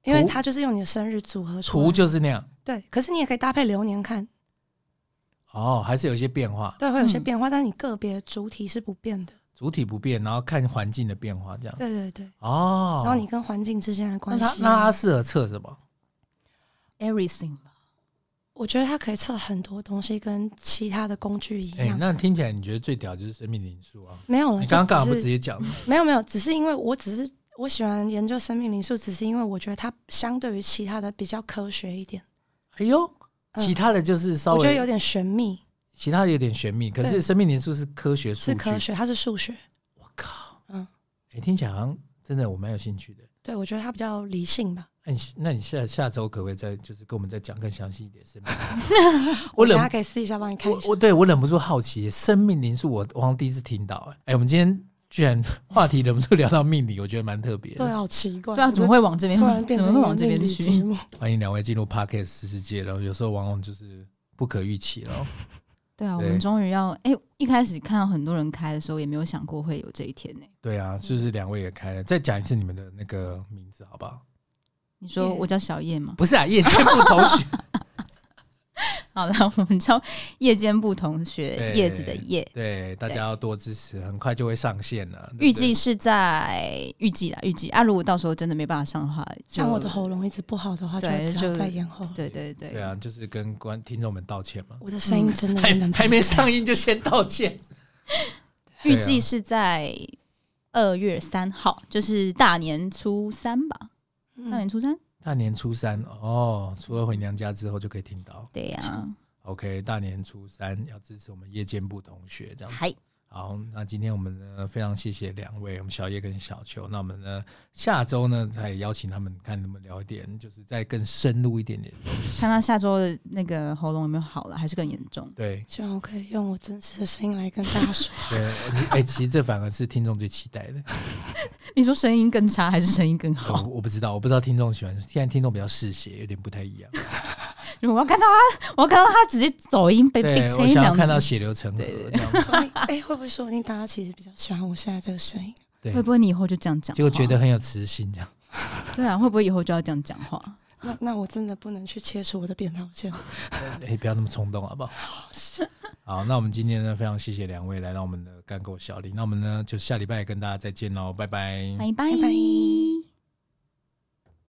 S3: 因为
S1: 图
S3: 它就是用你的生日组合出来
S1: 图就是那样
S3: 对，可是你也可以搭配流年看，
S1: 哦，还是有一些变化，
S3: 对，会有些
S2: 嗯
S3: 变化，但你个别主体是不变的。
S1: 主体不变，然后看环境的变化这样。
S3: 对对对，
S1: 哦，
S3: 然后你跟环境之间的
S1: 那
S3: 关
S1: 它
S3: 系
S1: 那
S3: 啊，
S1: 它适合测什么？
S2: everything 吧，
S3: 我觉得它可以测很多东西，跟其他的工具一
S1: 哎、
S3: 样。
S1: 那听起来你觉得最屌就是生命灵数啊？
S3: 没有了，
S1: 你刚刚干嘛
S3: 就
S1: 不
S3: 只
S1: 直接
S3: 是
S1: 讲？
S3: 没有没有，只是因为我只是我喜欢研究生命灵数，只是因为我觉得它相对于其他的比较科学一点，
S1: 哎呦，
S3: 嗯
S1: 其他的就是稍
S3: 我觉得
S1: 微，
S3: 有点玄秘，
S1: 其他的有点玄秘，可是
S3: 对
S1: 生命灵数是科学数
S3: 是
S1: 据。
S3: 科学，它是数学。
S1: 我靠，
S3: 嗯，
S1: 哎、听起来好像真的我蛮有兴趣的。
S3: 对我觉得它比较理性吧。
S1: 那你那你下下周可不可以再就是跟我们再讲更详细一点生命灵
S3: (laughs)
S1: 数？我
S3: 等
S1: 忍
S3: 下可以私底下帮你看一
S1: 我
S3: 下。
S1: 我对我忍不住好奇，生命灵数我我好像第一次听到、哎、哎，我们今天居然话题忍不住聊到命理，我觉得蛮特别的。
S3: 对啊，好奇怪。
S2: 对啊，
S3: 我
S2: 怎么会往这边，
S3: 突然变
S2: 怎么
S3: 成
S2: 会
S3: 一
S2: 往
S3: 个
S2: 这
S3: 命
S2: 边
S3: 理
S2: 去
S3: 节？目？
S1: 欢迎两位进入 Podcast 世界，然后有时候往往就是不可预期了。
S3: 嗯
S2: 对啊，我
S1: 对
S2: 们终于要哎、一开始看到很多人开的时候，也没有想过会有这一天呢、
S1: 对啊，就是两位也开了，再讲一次你们的那个名字好不好？
S2: 你说
S3: 耶
S2: 我叫小叶吗？
S1: 不是啊，夜间不同学，
S2: 好了， (laughs) 我们叫夜间部同学
S1: 对
S2: 叶子的叶，
S1: 对，大家要多支持，很快就会上线了。对不对
S2: 预计是在预计啦，预计啊，如果到时候真的没办法上的话，就
S3: 像我的喉咙一直不好的话，就
S2: 对
S3: 会只
S2: 就
S3: 好再延后了。
S2: 对对对
S1: 对啊，就是跟观听众们道歉嘛，
S3: 我的声音真的
S1: 还
S3: 原本不
S1: 还没
S3: 是
S1: 上映就先道歉。
S2: 啊 (laughs) 预
S1: 啊
S2: 计是在二月三号，就是大年初三吧，
S3: 这
S2: 大
S3: 样，
S2: 年
S3: 嗯
S2: 初三，
S1: 大年初三哦，初二回娘家之后就可以听到。
S2: 对呀、
S1: OK，大年初三要支持我们夜间部同学这样子。
S2: 嗨，
S1: 好，那今天我们呢非常谢谢两位，我们小叶跟小秋。那我们呢下周呢再邀请他们看能不能聊一点，就是再更深入一点点。
S2: 看他下周的那个喉咙有没有好了，还是更严重。
S1: 对
S3: 希望我可以用我真实的声音来跟大
S1: (laughs)
S3: 家说。
S1: 对，哎、其实这反而是听众最期待的。
S2: (laughs) 你说声音更差还是声音更
S1: 我
S2: 好？
S1: 我不知道，我不知道听众喜欢，现在听众比较嗜血，有点不太一样。
S2: 如果我要看到他，我要看到他直接走音被被
S1: 对，我
S2: 催这
S1: 想要
S2: 样
S1: 看到
S2: 子，
S1: 血流成河
S2: 对对
S1: 这样子。
S3: 说你哎，会不会说不定大家其实比较喜欢我现在这个声音？
S1: 对
S2: 会，不会你以后就这样讲话？
S1: 结果觉得很有磁性这样。 (laughs)
S2: 对啊，会不会以后就要这样讲话？
S3: 那那我真的不能去切除我的扁桃腺。
S1: 哎、不要那么冲动好不好？好，那我们今天呢非常谢谢两位来到我们的干够小林，那我们呢就下礼拜跟大家再见喽，拜拜
S2: 拜拜
S3: 拜拜